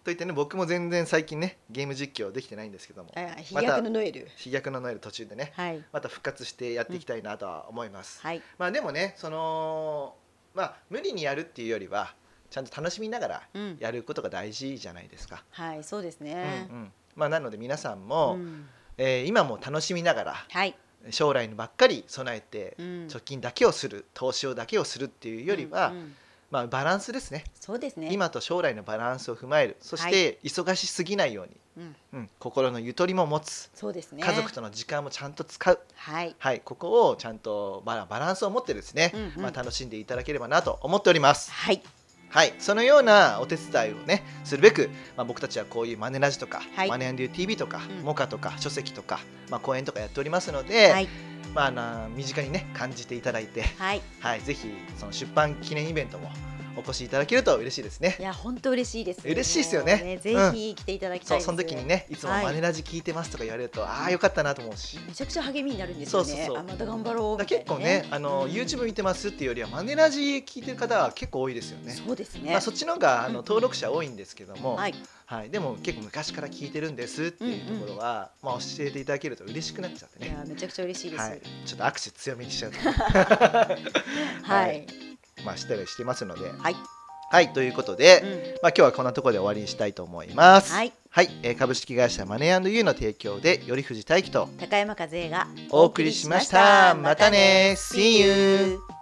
Speaker 1: といってね僕も全然最近ねゲーム実況できてないんですけども、
Speaker 2: あ飛躍のノエル。
Speaker 1: 飛躍のノエル途中でね
Speaker 2: はい。
Speaker 1: また復活してやっていきたいなとは思います、
Speaker 2: はい。
Speaker 1: まあでもねそのまあ無理にやるっていうよりはちゃんと楽しみながら
Speaker 2: うん。
Speaker 1: やることが大事じゃないですか。
Speaker 2: はい。そうです
Speaker 1: うん
Speaker 2: ね。
Speaker 1: うんまあ、なので皆さん
Speaker 2: う
Speaker 1: も、
Speaker 2: ん
Speaker 1: えー今も楽しみながら
Speaker 2: はい。
Speaker 1: 将来にばっかり備えて
Speaker 2: うん
Speaker 1: 貯金だけをする投資をだけをするっていうよりは、
Speaker 2: うんうん
Speaker 1: まあ、バランスですね
Speaker 2: そうですね。
Speaker 1: 今と将来のバランスを踏まえるそし
Speaker 2: は
Speaker 1: て忙しすぎないように、
Speaker 2: うん。
Speaker 1: うん、心のゆとりも持つ
Speaker 2: そうですね。
Speaker 1: 家族との時間もちゃんと使う、
Speaker 2: はい。
Speaker 1: はい、ここをちゃんとバラバランスを持ってですね、
Speaker 2: うんうん
Speaker 1: まあ、楽しんでいただければなと思っております。
Speaker 2: はい。
Speaker 1: はい、そのようなお手伝いをねするべく、まあ、僕たちはこういうマネラジとか、
Speaker 2: はい
Speaker 1: マネアンデュー TV とか、
Speaker 2: うん
Speaker 1: モカとか書籍とか、まあ、講演とかやっておりますので、
Speaker 2: はい。
Speaker 1: まあ、あの身近にね感じていただいて、
Speaker 2: はい。
Speaker 1: はい、ぜひその出版記念イベントもお越しいただけると嬉しいですね
Speaker 2: い。や、本当嬉しいです。
Speaker 1: 嬉しいですよね
Speaker 2: もうぜひ来ていただきた
Speaker 1: そ
Speaker 2: いうです。
Speaker 1: その時に。ねいつも
Speaker 2: はい
Speaker 1: マネラジ聞いてますとか言われると、ああよかったなと思うし。
Speaker 2: めちゃくちゃ励みになるんですよね。
Speaker 1: そうそうそう
Speaker 2: あ、また頑張ろう
Speaker 1: だ
Speaker 2: み
Speaker 1: か
Speaker 2: た
Speaker 1: ら結構
Speaker 2: いな
Speaker 1: ね、あの
Speaker 2: うん
Speaker 1: YouTube 見てますっていうよりはマネラジ聞いてる方は結構多いですよね。
Speaker 2: そうですね。
Speaker 1: まあそっちの方があ
Speaker 2: うん
Speaker 1: の登録者多いんですけども、
Speaker 2: はい。
Speaker 1: はい、でも結構昔から聞いてるんですっていうところは、まあ、教えていただけると嬉しくなっちゃって
Speaker 2: い
Speaker 1: ね、
Speaker 2: や、めちゃくちゃ嬉しいです。
Speaker 1: は
Speaker 2: はいい。、
Speaker 1: ちょっと握手強めにしちゃうとか
Speaker 2: はい。
Speaker 1: まあしたりしてますので
Speaker 2: はい。
Speaker 1: はいということで、
Speaker 2: う
Speaker 1: まあ、
Speaker 2: ん
Speaker 1: 今日はこんなところで終わりにしたいと思います、
Speaker 2: はい。
Speaker 1: はいえー株式会社マネーユーの提供で頼藤大樹と
Speaker 2: 高山和恵が
Speaker 1: お送りしましたまたね See you